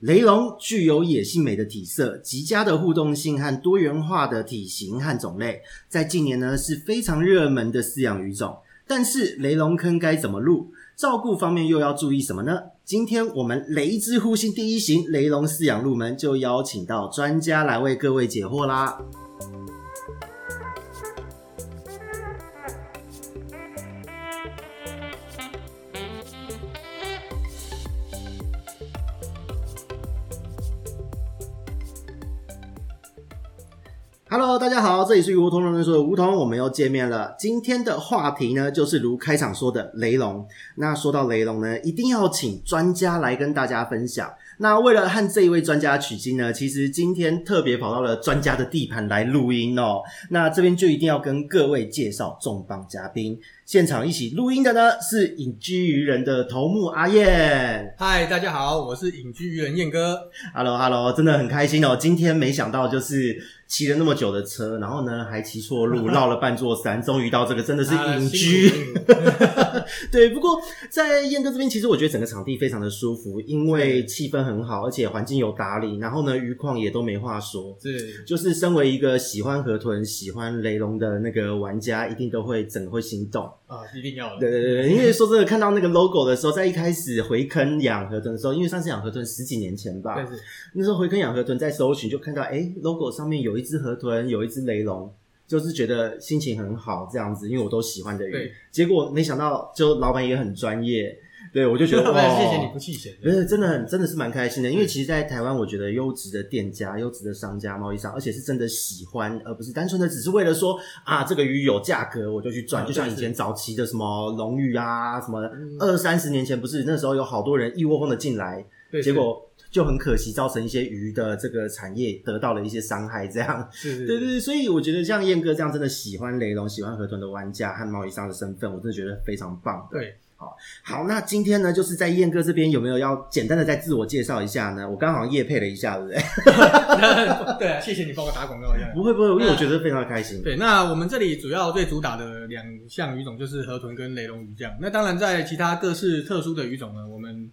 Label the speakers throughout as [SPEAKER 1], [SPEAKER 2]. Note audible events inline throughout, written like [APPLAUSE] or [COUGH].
[SPEAKER 1] 雷龙具有野性美的体色、极佳的互动性和多元化的体型和种类，在近年呢是非常热门的饲养鱼种。但是雷龙坑该怎么入？照顾方面又要注意什么呢？今天我们雷之呼吸第一型雷龙饲养入门就邀请到专家来为各位解惑啦。Hello，大家好，这里是鱼梧桐人说的梧桐，我们又见面了。今天的话题呢，就是如开场说的雷龙。那说到雷龙呢，一定要请专家来跟大家分享。那为了和这一位专家取经呢，其实今天特别跑到了专家的地盘来录音哦。那这边就一定要跟各位介绍重磅嘉宾，现场一起录音的呢是隐居于人的头目阿燕。
[SPEAKER 2] 嗨，大家好，我是隐居渔人燕哥。
[SPEAKER 1] Hello，Hello，真的很开心哦！今天没想到就是骑了那么久的车，然后呢还骑错
[SPEAKER 2] [LAUGHS]
[SPEAKER 1] 路，绕了半座山，终于到这个真的是
[SPEAKER 2] 啊
[SPEAKER 1] 隐
[SPEAKER 2] 辛
[SPEAKER 1] 居。
[SPEAKER 2] 苦辛苦
[SPEAKER 1] [LAUGHS] 对，不过在燕哥这边，其实我觉得整个场地非常的舒服，因为气氛很好，而且环境有打理，然后呢鱼况也都没话说。
[SPEAKER 2] 是
[SPEAKER 1] 就是身为一个喜欢河豚、喜欢雷龙的那个玩家，一定都会整个会心动。
[SPEAKER 2] 啊，一定要
[SPEAKER 1] 对
[SPEAKER 2] 的。
[SPEAKER 1] 对对
[SPEAKER 2] [LAUGHS]
[SPEAKER 1] 对，因为说真的，看到那个 logo 的时候，在一开始回坑养河豚的时候，因为上次养河豚十几年前吧，
[SPEAKER 2] 但是
[SPEAKER 1] 那时候回坑养河豚在搜寻，就看到哎、诶 l o g o 上面有一只河豚，有一只雷龙，就是觉得心情很好这样子，因为我都喜欢的鱼
[SPEAKER 2] 对。
[SPEAKER 1] 结果没想到，就老板也很专业，对我就
[SPEAKER 2] [LAUGHS]
[SPEAKER 1] 觉得哇，
[SPEAKER 2] 谢谢你不弃嫌
[SPEAKER 1] 不是真的很真的是蛮开心的，因为其实，在台湾，我觉得优质的店家、优质的商家、贸易商，而且是真的喜欢，而不是单纯的只是为了说啊，这个鱼有价格我就去赚。
[SPEAKER 2] 嗯
[SPEAKER 1] 就像
[SPEAKER 2] 对
[SPEAKER 1] 以
[SPEAKER 2] 是
[SPEAKER 1] 前早期的什么龙鱼啊，什么
[SPEAKER 2] 嗯
[SPEAKER 1] 二三十年前，不是那时候有好多人一窝蜂的进来，
[SPEAKER 2] 对，
[SPEAKER 1] 结果就很可惜，造成一些鱼的这个产业得到了一些伤害。这样，
[SPEAKER 2] 是
[SPEAKER 1] [LAUGHS]
[SPEAKER 2] 是
[SPEAKER 1] 对对对，所以我觉得像燕哥这样真的喜欢雷龙、喜欢河豚的玩家和贸易商的身份，我真的觉得非常棒。
[SPEAKER 2] 对，
[SPEAKER 1] 好，那今天呢，就是在燕哥这边有没有要简单的再自我介绍一下呢？我刚好像叶配了一下，对 [LAUGHS] 不对？
[SPEAKER 2] 对 [LAUGHS] 啊，谢谢你帮我打广告一下。
[SPEAKER 1] 不会不会，因为我觉得非常的开心。
[SPEAKER 2] 对，那我们这里主要最主打的两项鱼种就是河豚跟雷龙鱼酱。那当然，在其他各式特殊的鱼种呢，我们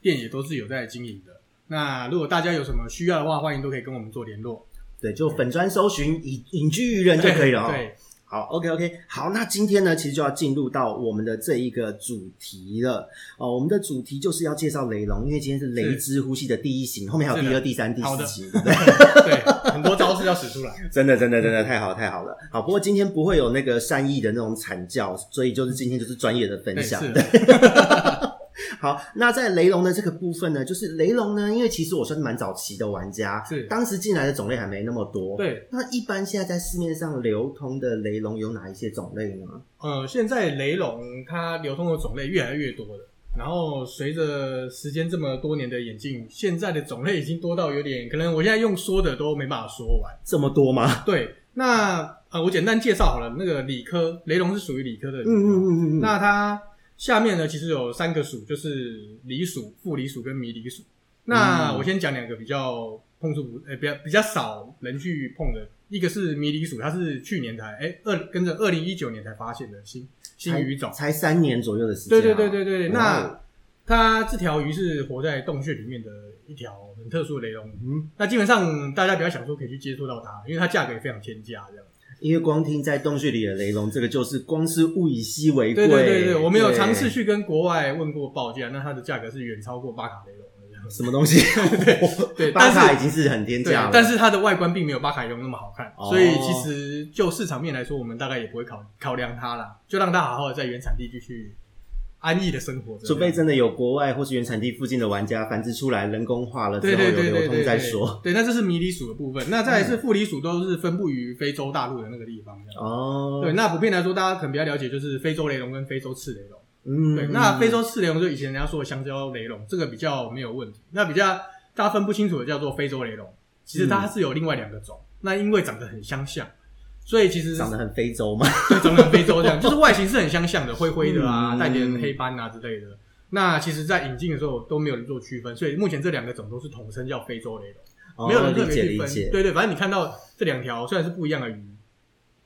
[SPEAKER 2] 店也都是有在经营的。那如果大家有什么需要的话，欢迎都可以跟我们做联络
[SPEAKER 1] 对，就粉砖搜寻隐隐居渔人就可以了哦。
[SPEAKER 2] 对，
[SPEAKER 1] 好，OK OK，好，那今天呢，其实就要进入到我们的这一个主题了。哦，我们的主题就是要介绍雷龙，因为今天是雷之呼吸的第一型，后面还有
[SPEAKER 2] 是的
[SPEAKER 1] 第二、第三、第
[SPEAKER 2] 好
[SPEAKER 1] 四
[SPEAKER 2] 的
[SPEAKER 1] 型，对不对？
[SPEAKER 2] 对，很多招式要
[SPEAKER 1] [LAUGHS]
[SPEAKER 2] 使出来。
[SPEAKER 1] 真的，真的，真的太好太好了。好，不过今天不会有那个善意的那种惨叫，所以就是今天就是专业的分
[SPEAKER 2] 对，
[SPEAKER 1] 享。
[SPEAKER 2] 是
[SPEAKER 1] [LAUGHS] 好，那在雷龙的这个部分呢，就是雷龙呢，因为其实我算是蛮早期的玩家，
[SPEAKER 2] 是
[SPEAKER 1] 当时进来的种类还没那么多。，
[SPEAKER 2] 对，
[SPEAKER 1] 那一般现在在市面上流通的雷龙有哪一些种类呢？
[SPEAKER 2] 呃，现在雷龙它流通的种类越来越多了，然后随着时间这么多年的演进，现在的种类已经多到有点，可能我现在用说的都没办法说完。
[SPEAKER 1] 这么多吗？
[SPEAKER 2] 对，那呃，我简单介绍好了，那个理科雷龙是属于理科的
[SPEAKER 1] 嗯
[SPEAKER 2] 鱼
[SPEAKER 1] 嗯嗯嗯嗯。
[SPEAKER 2] 那它下面呢其实有三个属，就是梨属、负梨属跟迷梨属。那
[SPEAKER 1] 嗯
[SPEAKER 2] 我先讲两个比较碰触不，呃，比较比较少人去碰的，一个是迷梨属，它是去年才，哎，二跟着二零一九年才发现的新新鱼种。
[SPEAKER 1] 才三年左右的时间、
[SPEAKER 2] 对
[SPEAKER 1] 啊。
[SPEAKER 2] 对对对对，
[SPEAKER 1] 哇哦
[SPEAKER 2] 那它这条鱼是活在洞穴里面的一条很特殊的雷龙鱼。
[SPEAKER 1] 嗯，
[SPEAKER 2] 那基本上大家不要想说可以去接触到它，因为它价格也非常天价这样。
[SPEAKER 1] 因为光听在洞穴里的雷龙，这个就是光是物以稀为贵。
[SPEAKER 2] 对对对对，我们有尝试去跟国外问过报价，那它的价格是远超过巴卡雷龙的这样。
[SPEAKER 1] 什么东西？ [LAUGHS]
[SPEAKER 2] 对
[SPEAKER 1] 巴
[SPEAKER 2] 但是
[SPEAKER 1] 卡已经是很天
[SPEAKER 2] 对
[SPEAKER 1] 价了，，
[SPEAKER 2] 但是它的外观并没有巴卡龙那么好看，
[SPEAKER 1] 哦
[SPEAKER 2] 所以其实就市场面来说，我们大概也不会考考量它啦，就让它好好的在原产地继续安逸的生活着。
[SPEAKER 1] 除非真的有国外或是原产地附近的玩家繁殖出来，人工化了之
[SPEAKER 2] 对
[SPEAKER 1] 后
[SPEAKER 2] 对
[SPEAKER 1] 有
[SPEAKER 2] 对
[SPEAKER 1] 流
[SPEAKER 2] 对
[SPEAKER 1] 通
[SPEAKER 2] 对，
[SPEAKER 1] 再说。
[SPEAKER 2] 对，那这是迷你鼠的部分，那再来是负离鼠，都是分布于非洲大陆的那个地方这样。
[SPEAKER 1] 哦，
[SPEAKER 2] 对，，那普遍来说，大家可能比较了解就是非洲雷龙跟非洲刺雷龙。
[SPEAKER 1] 嗯
[SPEAKER 2] 对，那非洲刺雷龙就以前人家说的香蕉雷龙，这个比较没有问题。那比较大家分不清楚的叫做非洲雷龙，其实它是有另外两个种。那因为长得很相像，所以其实
[SPEAKER 1] 嗯长得很非洲嘛，
[SPEAKER 2] 对长得很非
[SPEAKER 1] [LAUGHS]
[SPEAKER 2] 洲这样，就是外形是很相像的，灰灰的啊，
[SPEAKER 1] 嗯
[SPEAKER 2] 带点黑斑啊之类的。那其实，在引进的时候都没有人做区分，所以目前这两个种都是统称叫非洲雷龙，没有
[SPEAKER 1] 哦
[SPEAKER 2] 人特
[SPEAKER 1] 理
[SPEAKER 2] 别
[SPEAKER 1] 解
[SPEAKER 2] 区
[SPEAKER 1] 理
[SPEAKER 2] 分。
[SPEAKER 1] 解。
[SPEAKER 2] 对对，反正你看到这两条虽然是不一样的鱼，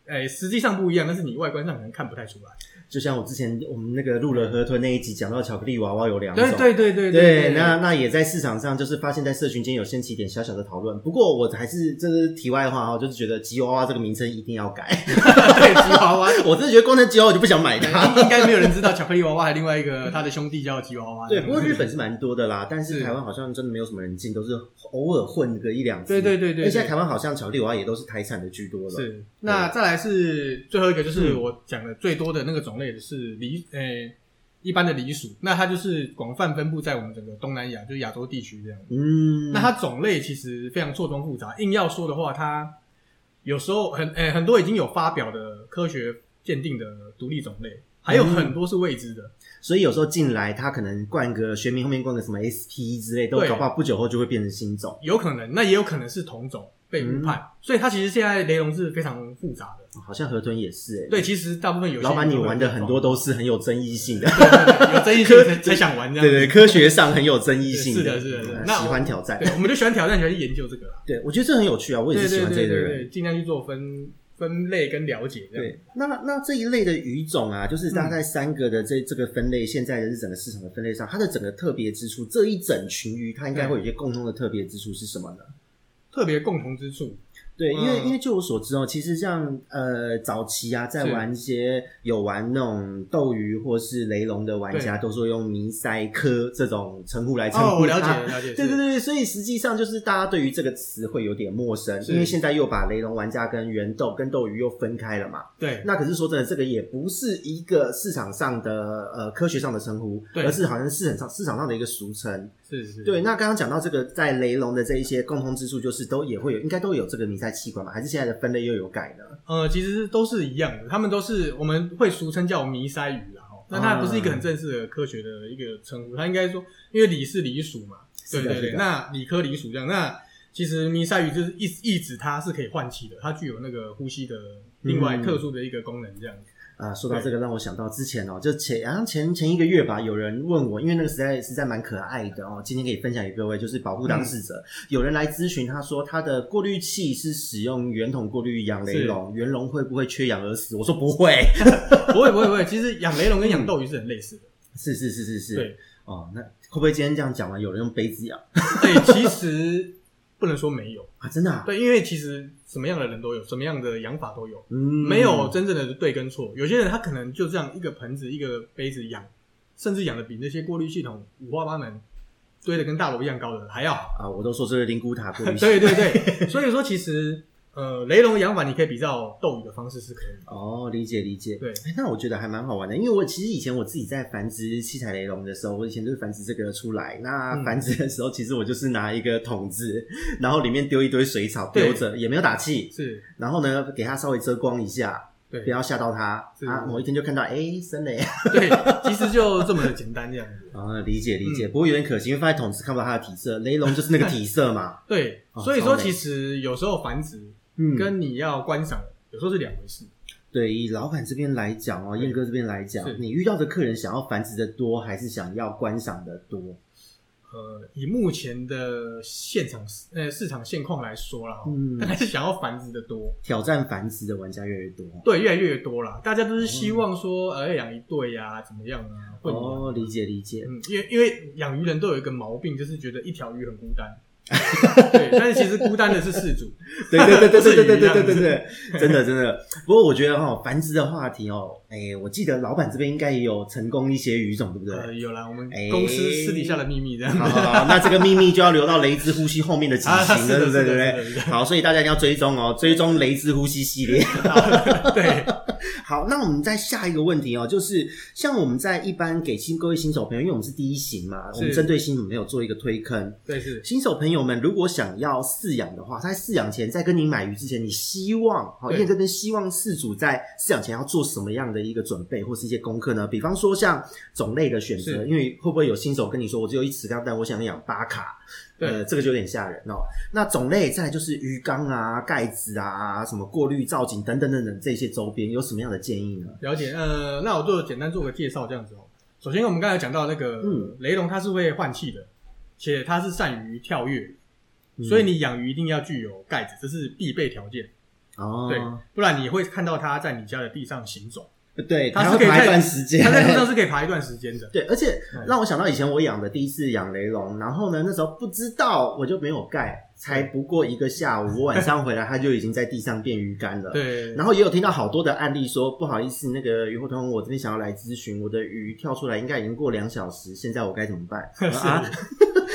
[SPEAKER 2] 诶、实际上不一样，但是你外观上可能看不太出来。
[SPEAKER 1] 就像我之前我们那个录了河豚那一集讲到巧克力娃娃有两种，
[SPEAKER 2] 对对对对
[SPEAKER 1] 对，
[SPEAKER 2] [LAUGHS]
[SPEAKER 1] 那那也在市场上，就是发现，在社群间有掀起一点小小的讨论。不过我还是这是题外话哈，就是觉得吉娃娃这个名称一定要改。 [LAUGHS]
[SPEAKER 2] 对吉娃娃，
[SPEAKER 1] 我真的觉得光成吉娃娃我就不想买它。
[SPEAKER 2] [LAUGHS] 应该没有人知道巧克力娃娃还有另外一个他的兄弟叫吉娃娃。
[SPEAKER 1] 嗯对，不过日本是蛮多的啦，但是
[SPEAKER 2] 是
[SPEAKER 1] 台湾好像真的没有什么人进，都是偶尔混个一两次。
[SPEAKER 2] 对对对
[SPEAKER 1] 而
[SPEAKER 2] 对
[SPEAKER 1] 且在
[SPEAKER 2] 对，
[SPEAKER 1] 台湾好像巧克力娃娃也都是台产的居多了。，
[SPEAKER 2] 是。那再来是最后一个，就是
[SPEAKER 1] 嗯
[SPEAKER 2] 我讲的最多的那个种类是梨，诶、一般的梨属，那它就是广泛分布在我们整个东南亚，就是亚洲地区这样。
[SPEAKER 1] 嗯，
[SPEAKER 2] 那它种类其实非常错综复杂，硬要说的话，它有时候很诶、很多已经有发表的科学鉴定的独立种类，还有很多是未知的。
[SPEAKER 1] 所以有时候进来，它可能冠个学名，后面冠个什么 SP 之类，都
[SPEAKER 2] 对
[SPEAKER 1] 搞不好不久后就会变成新种。
[SPEAKER 2] 有可能，那也有可能是同种被误
[SPEAKER 1] 嗯
[SPEAKER 2] 判，所以它其实现在雷龙是非常复杂的。
[SPEAKER 1] 好像河豚也是哎、欸。
[SPEAKER 2] 对，，其实大部分有些
[SPEAKER 1] 老板你玩的很多都是很有争议性的。
[SPEAKER 2] 对，对对有争议
[SPEAKER 1] [LAUGHS]
[SPEAKER 2] 性才才想玩这样。
[SPEAKER 1] 对对，科学上很有争议性
[SPEAKER 2] 是的是的是的
[SPEAKER 1] 嗯
[SPEAKER 2] 那
[SPEAKER 1] 喜欢挑战。
[SPEAKER 2] 对，我们就喜欢挑战，喜欢去研究这个啦。
[SPEAKER 1] 对，我觉得这很有趣啊，我也
[SPEAKER 2] 对
[SPEAKER 1] 是
[SPEAKER 2] 对
[SPEAKER 1] 喜欢
[SPEAKER 2] 对
[SPEAKER 1] 这类
[SPEAKER 2] 对
[SPEAKER 1] 的
[SPEAKER 2] 对，
[SPEAKER 1] 人。
[SPEAKER 2] 对尽量去做分分类跟了解这样。
[SPEAKER 1] 对，那那这一类的鱼种啊，就是大概三个的这这个分类，现在的是整个市场的分类上，它的整个特别之处，这一整群鱼，它应该会有一些共通的特别之处是什么呢？
[SPEAKER 2] 特别共同之处，
[SPEAKER 1] 对，因为、
[SPEAKER 2] 嗯
[SPEAKER 1] 因为就我所知哦，其实像呃早期啊，在
[SPEAKER 2] 是
[SPEAKER 1] 玩一些有玩那种斗鱼或是雷龙的玩家，都说用迷塞科这种称呼来称
[SPEAKER 2] 哦，
[SPEAKER 1] 呼
[SPEAKER 2] 我了解
[SPEAKER 1] 它。
[SPEAKER 2] 了
[SPEAKER 1] [LAUGHS]
[SPEAKER 2] 解，
[SPEAKER 1] 对对
[SPEAKER 2] 是，
[SPEAKER 1] 对，所以实际上就是大家对于这个词会有点陌生，
[SPEAKER 2] 是
[SPEAKER 1] 因为现在又把雷龙玩家跟原斗跟斗鱼又分开了嘛。
[SPEAKER 2] 对
[SPEAKER 1] 那可是说真的，这个也不是一个市场上的呃科学上的称呼，
[SPEAKER 2] 对
[SPEAKER 1] 而是好像市场上市场上的一个俗称。
[SPEAKER 2] 是是，
[SPEAKER 1] 对，那刚刚讲到这个，在雷龙的这一些共通之处，就是都也会有，应该都有这个迷彩器官嘛？还是现在的分类又有改呢？
[SPEAKER 2] 呃，其实都是一样的，他们都是我们会俗称叫迷鳃鱼啦。哦，那它不是一个很
[SPEAKER 1] 啊
[SPEAKER 2] 正式的科学的一个称呼，它应该说，因为理是理属嘛，对
[SPEAKER 1] 是的
[SPEAKER 2] 对对
[SPEAKER 1] 是，的
[SPEAKER 2] 那理科理属这样，那其实迷鳃鱼就是一一指它是可以换气的，它具有那个呼吸的另外
[SPEAKER 1] 嗯
[SPEAKER 2] 特殊的一个功能这样子。
[SPEAKER 1] 啊，说到这个，让我想到之前哦，就前好像前前一个月吧，有人问我，因为那个实在实在蛮可爱的哦，今天可以分享给各位，就是保护
[SPEAKER 2] 嗯
[SPEAKER 1] 当事者。有人来咨询，他说他的过滤器是使用圆筒过滤养雷龙，圆龙会不会缺氧而死？我说不会，
[SPEAKER 2] [LAUGHS] 不会不会不会，其实养雷龙跟养斗鱼是很类似 [LAUGHS] 的。
[SPEAKER 1] 是是是是是，
[SPEAKER 2] 对，
[SPEAKER 1] 哦，那会不会今天这样讲完，有人用杯子养
[SPEAKER 2] 对，其实不能说没有，
[SPEAKER 1] 啊？真的、啊，
[SPEAKER 2] 对，因为其实什么样的人都有，什么样的养法都有。
[SPEAKER 1] 嗯，
[SPEAKER 2] 没有真正的对跟错。有些人他可能就这样一个盆子一个杯子养，甚至养的比那些过滤系统五花八门堆的跟大楼一样高的还要好。
[SPEAKER 1] 啊，我都说这是灵骨塔过滤器。
[SPEAKER 2] [LAUGHS] 对对对，所以说其实呃，雷龙养法你可以比较斗鱼的方式是可以的。
[SPEAKER 1] 哦，理解理解。
[SPEAKER 2] 对，
[SPEAKER 1] 哎那我觉得还蛮好玩的，因为我其实以前我自己在繁殖七彩雷龙的时候，我以前就是繁殖这个出来。那
[SPEAKER 2] 嗯
[SPEAKER 1] 繁殖的时候，其实我就是拿一个桶子，然后里面丢一堆水草，
[SPEAKER 2] 对
[SPEAKER 1] 丢着也没有打气，
[SPEAKER 2] 是，
[SPEAKER 1] 然后呢给它稍微遮光一下，
[SPEAKER 2] 对
[SPEAKER 1] 不要吓到它
[SPEAKER 2] 是
[SPEAKER 1] 啊。某一天就看到，哎，生了耶。 [LAUGHS]
[SPEAKER 2] 对，其实就这么的简单这样子。
[SPEAKER 1] 啊，理解理
[SPEAKER 2] 嗯
[SPEAKER 1] 解，不过有点可惜，因为放在桶子看不到它的体色，雷龙就是那个体色
[SPEAKER 2] [LAUGHS]
[SPEAKER 1] 嘛。
[SPEAKER 2] [LAUGHS] 对
[SPEAKER 1] 哦，
[SPEAKER 2] 所以
[SPEAKER 1] 超
[SPEAKER 2] 说
[SPEAKER 1] 美
[SPEAKER 2] 其实有时候繁殖
[SPEAKER 1] 嗯，
[SPEAKER 2] 跟你要观赏有时候是两回事。
[SPEAKER 1] 对，以老板这边来讲哦，
[SPEAKER 2] 对
[SPEAKER 1] 燕哥这边来
[SPEAKER 2] 是
[SPEAKER 1] 讲，你遇到的客人想要繁殖的多，还是想要观赏的多？
[SPEAKER 2] 呃，以目前的现场呃市场现况来说啦，哦
[SPEAKER 1] 嗯
[SPEAKER 2] 大概是想要繁殖的多，
[SPEAKER 1] 挑战繁殖的玩家越来越多。
[SPEAKER 2] 对，越来越多啦，大家都是希望说，呃，养一对呀、怎么样啊，混养。
[SPEAKER 1] 哦，理解理解，
[SPEAKER 2] 嗯，因为因为养鱼人都有一个毛病，就是觉得一条鱼很孤单。 [LAUGHS] 对，但是其实孤单的是饲主。
[SPEAKER 1] 对对对对对对对对对
[SPEAKER 2] 不是一
[SPEAKER 1] 对，真的真的。不过我觉得哈、繁殖的话题哦，哎，我记得老板这边应该也有成功一些鱼种，对不对？
[SPEAKER 2] 呃，有啦，我们
[SPEAKER 1] 哎
[SPEAKER 2] 公司私底下的秘密这样。
[SPEAKER 1] 好好好，那这个秘密就要留到雷之呼吸后面的几
[SPEAKER 2] [LAUGHS] 啊
[SPEAKER 1] 行
[SPEAKER 2] 是
[SPEAKER 1] 了，
[SPEAKER 2] 的
[SPEAKER 1] 对不对？
[SPEAKER 2] 是
[SPEAKER 1] 对
[SPEAKER 2] 的是的
[SPEAKER 1] 不
[SPEAKER 2] 是
[SPEAKER 1] 对？
[SPEAKER 2] 的
[SPEAKER 1] 好，所以大家一定要追踪哦，追踪雷之呼吸系列。 [LAUGHS]
[SPEAKER 2] [LAUGHS] 对，
[SPEAKER 1] 好，那我们再下一个问题哦，就是像我们在一般给新各位新手朋友，因为我们是第一型嘛，我们
[SPEAKER 2] 是
[SPEAKER 1] 针对新手朋友做一个推坑。
[SPEAKER 2] 对是。
[SPEAKER 1] 新手朋友们，如果想要饲养的话，在饲养前，在跟你买鱼之前，你希望好
[SPEAKER 2] 对
[SPEAKER 1] 燕哥跟希望饲主在饲养前要做什么样的一个准备或是一些功课呢？比方说像种类的选择，
[SPEAKER 2] 是
[SPEAKER 1] 因为会不会有新手跟你说我只有一尺缸，但我想养巴卡，
[SPEAKER 2] 对
[SPEAKER 1] 呃，这个就有点吓人哦。那种类再来就是鱼缸啊、盖子啊、什么过滤造景等等等等这些周边，有什么样的建议呢？
[SPEAKER 2] 了解，呃，那我就简单做个介绍，这样子哦。首先，我们刚才讲到那个、
[SPEAKER 1] 嗯
[SPEAKER 2] 雷龙，它是会换气的，且它是善于跳跃，
[SPEAKER 1] 嗯
[SPEAKER 2] 所以你养鱼一定要具有盖子，这是必备条件。
[SPEAKER 1] 哦，
[SPEAKER 2] 不然你会看到它在你家的地上
[SPEAKER 1] [LAUGHS]
[SPEAKER 2] 行走，
[SPEAKER 1] 对，
[SPEAKER 2] 它是
[SPEAKER 1] 会
[SPEAKER 2] 可以
[SPEAKER 1] 爬一
[SPEAKER 2] 在
[SPEAKER 1] 段时间，
[SPEAKER 2] 它在路上是可以爬一段时间的。
[SPEAKER 1] 对，而且
[SPEAKER 2] 嗯
[SPEAKER 1] 让我想到以前我养的第一次养雷龙，然后呢，那时候不知道我就没有盖，才不过一个下午，我晚上回来它就已经在地上变鱼干了。，
[SPEAKER 2] 对，
[SPEAKER 1] 然后也有听到好多的案例说，不好意思，那个鱼货通，我这边想要来咨询，我的鱼跳出来应该已经过两小时，现在我该怎么
[SPEAKER 2] [LAUGHS]
[SPEAKER 1] 办？我说啊，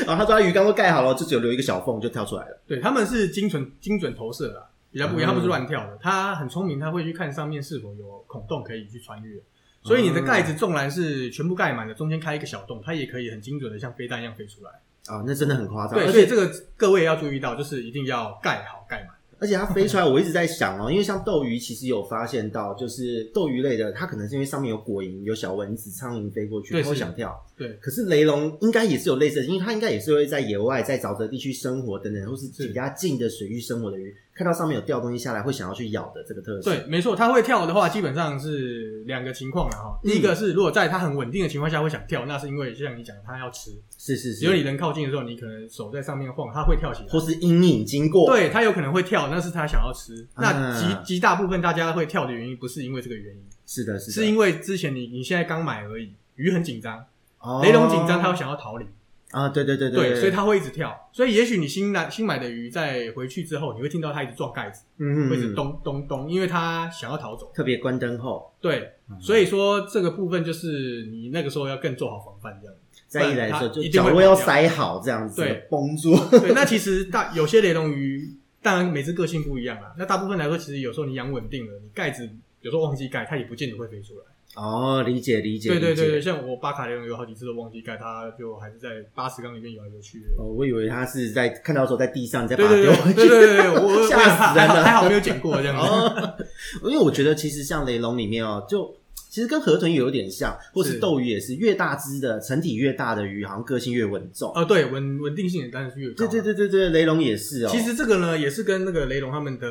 [SPEAKER 1] 然后他说他鱼缸都盖好了，就只有留一个小缝就跳出来了。
[SPEAKER 2] 对，他们是精准精准投射啦，比较不一样，
[SPEAKER 1] 嗯
[SPEAKER 2] 他不是乱跳的，他很聪明，他会去看上面是否有孔洞可以去穿越。所以
[SPEAKER 1] 嗯
[SPEAKER 2] 你的盖子纵然是全部盖满了，中间开一个小洞，它也可以很精准的像飞弹一样飞出来。
[SPEAKER 1] 啊，那真的很夸张，
[SPEAKER 2] 对，
[SPEAKER 1] 而
[SPEAKER 2] 所以
[SPEAKER 1] 且
[SPEAKER 2] 这个各位要注意到，就是一定要盖好盖满。
[SPEAKER 1] 而且它飞出来，我一直在想哦，因为像斗鱼，其实有发现到，就是斗鱼类的，它可能是因为上面有果蝇、有小蚊子、苍蝇飞过去，
[SPEAKER 2] 对
[SPEAKER 1] 它会
[SPEAKER 2] 是
[SPEAKER 1] 想跳。
[SPEAKER 2] 对，
[SPEAKER 1] 可是雷龙应该也是有类似的，因为它应该也是会在野外、在沼泽地区生活等等，或是
[SPEAKER 2] 是
[SPEAKER 1] 比较近的水域生活的鱼，看到上面有掉东西下来，会想要去咬的这个特性。
[SPEAKER 2] 对，没错，它会跳的话，基本上是两个情况了哈。
[SPEAKER 1] 嗯
[SPEAKER 2] 第一个是，如果在它很稳定的情况下会想跳，那是因为就像你讲，它要吃。
[SPEAKER 1] 是是
[SPEAKER 2] 只有你
[SPEAKER 1] 是，
[SPEAKER 2] 人靠近的时候，你可能手在上面晃，它会跳起来。
[SPEAKER 1] 或是阴影经过。，
[SPEAKER 2] 对，它有可能会跳，那是它想要吃。那极
[SPEAKER 1] 啊
[SPEAKER 2] 极大部分大家会跳的原因，不是因为这个原因，
[SPEAKER 1] 是的，是的，
[SPEAKER 2] 是因为之前你你现在刚买而已，鱼很紧张，
[SPEAKER 1] 哦
[SPEAKER 2] 雷龙紧张，它会想要逃离。
[SPEAKER 1] 啊，对对对
[SPEAKER 2] 对，
[SPEAKER 1] 对，
[SPEAKER 2] 所以它会一直跳。所以也许你新来新买的鱼在回去之后，你会听到它一直撞盖子，
[SPEAKER 1] 嗯
[SPEAKER 2] 会一直咚咚咚，因为它想要逃走。
[SPEAKER 1] 特别关灯后，
[SPEAKER 2] 对，所以说这个部分就是你那个时候要更做好防范这样。
[SPEAKER 1] 再一来的时候
[SPEAKER 2] 它
[SPEAKER 1] 就
[SPEAKER 2] 一定
[SPEAKER 1] 角
[SPEAKER 2] 会
[SPEAKER 1] 落要
[SPEAKER 2] 跑掉
[SPEAKER 1] 塞好这样子，
[SPEAKER 2] 对，
[SPEAKER 1] 绷住。
[SPEAKER 2] 对，那其实大有些雷龙鱼，当然每只个性不一样啊。那大部分来说，其实有时候你养稳定了，你盖子有时候忘记盖，它也不见得会飞出来。
[SPEAKER 1] 哦，理解理解，
[SPEAKER 2] 对对
[SPEAKER 1] 理解
[SPEAKER 2] 对对，。像我巴卡雷龙有好几次都忘记盖，它就还是在八十缸里面游来游去的。
[SPEAKER 1] 哦，我以为他是在看到的时候在地上，你再把
[SPEAKER 2] 对
[SPEAKER 1] 它丢回
[SPEAKER 2] 对对对
[SPEAKER 1] 去。
[SPEAKER 2] 对对对，我我我
[SPEAKER 1] 吓死
[SPEAKER 2] 还
[SPEAKER 1] 人
[SPEAKER 2] 好
[SPEAKER 1] 了
[SPEAKER 2] 还好没有捡过这样子。
[SPEAKER 1] 哦， [LAUGHS] 因为我觉得其实像雷龙里面哦，就其实跟河豚也有点像，或是
[SPEAKER 2] 是
[SPEAKER 1] 斗鱼也是，越大只的成体越大的鱼，好像个性越稳重。
[SPEAKER 2] [LAUGHS] 哦，对，稳稳定性也当然是越高。
[SPEAKER 1] 对对。对对对，雷龙也是哦。
[SPEAKER 2] 其实这个呢，也是跟那个雷龙他们的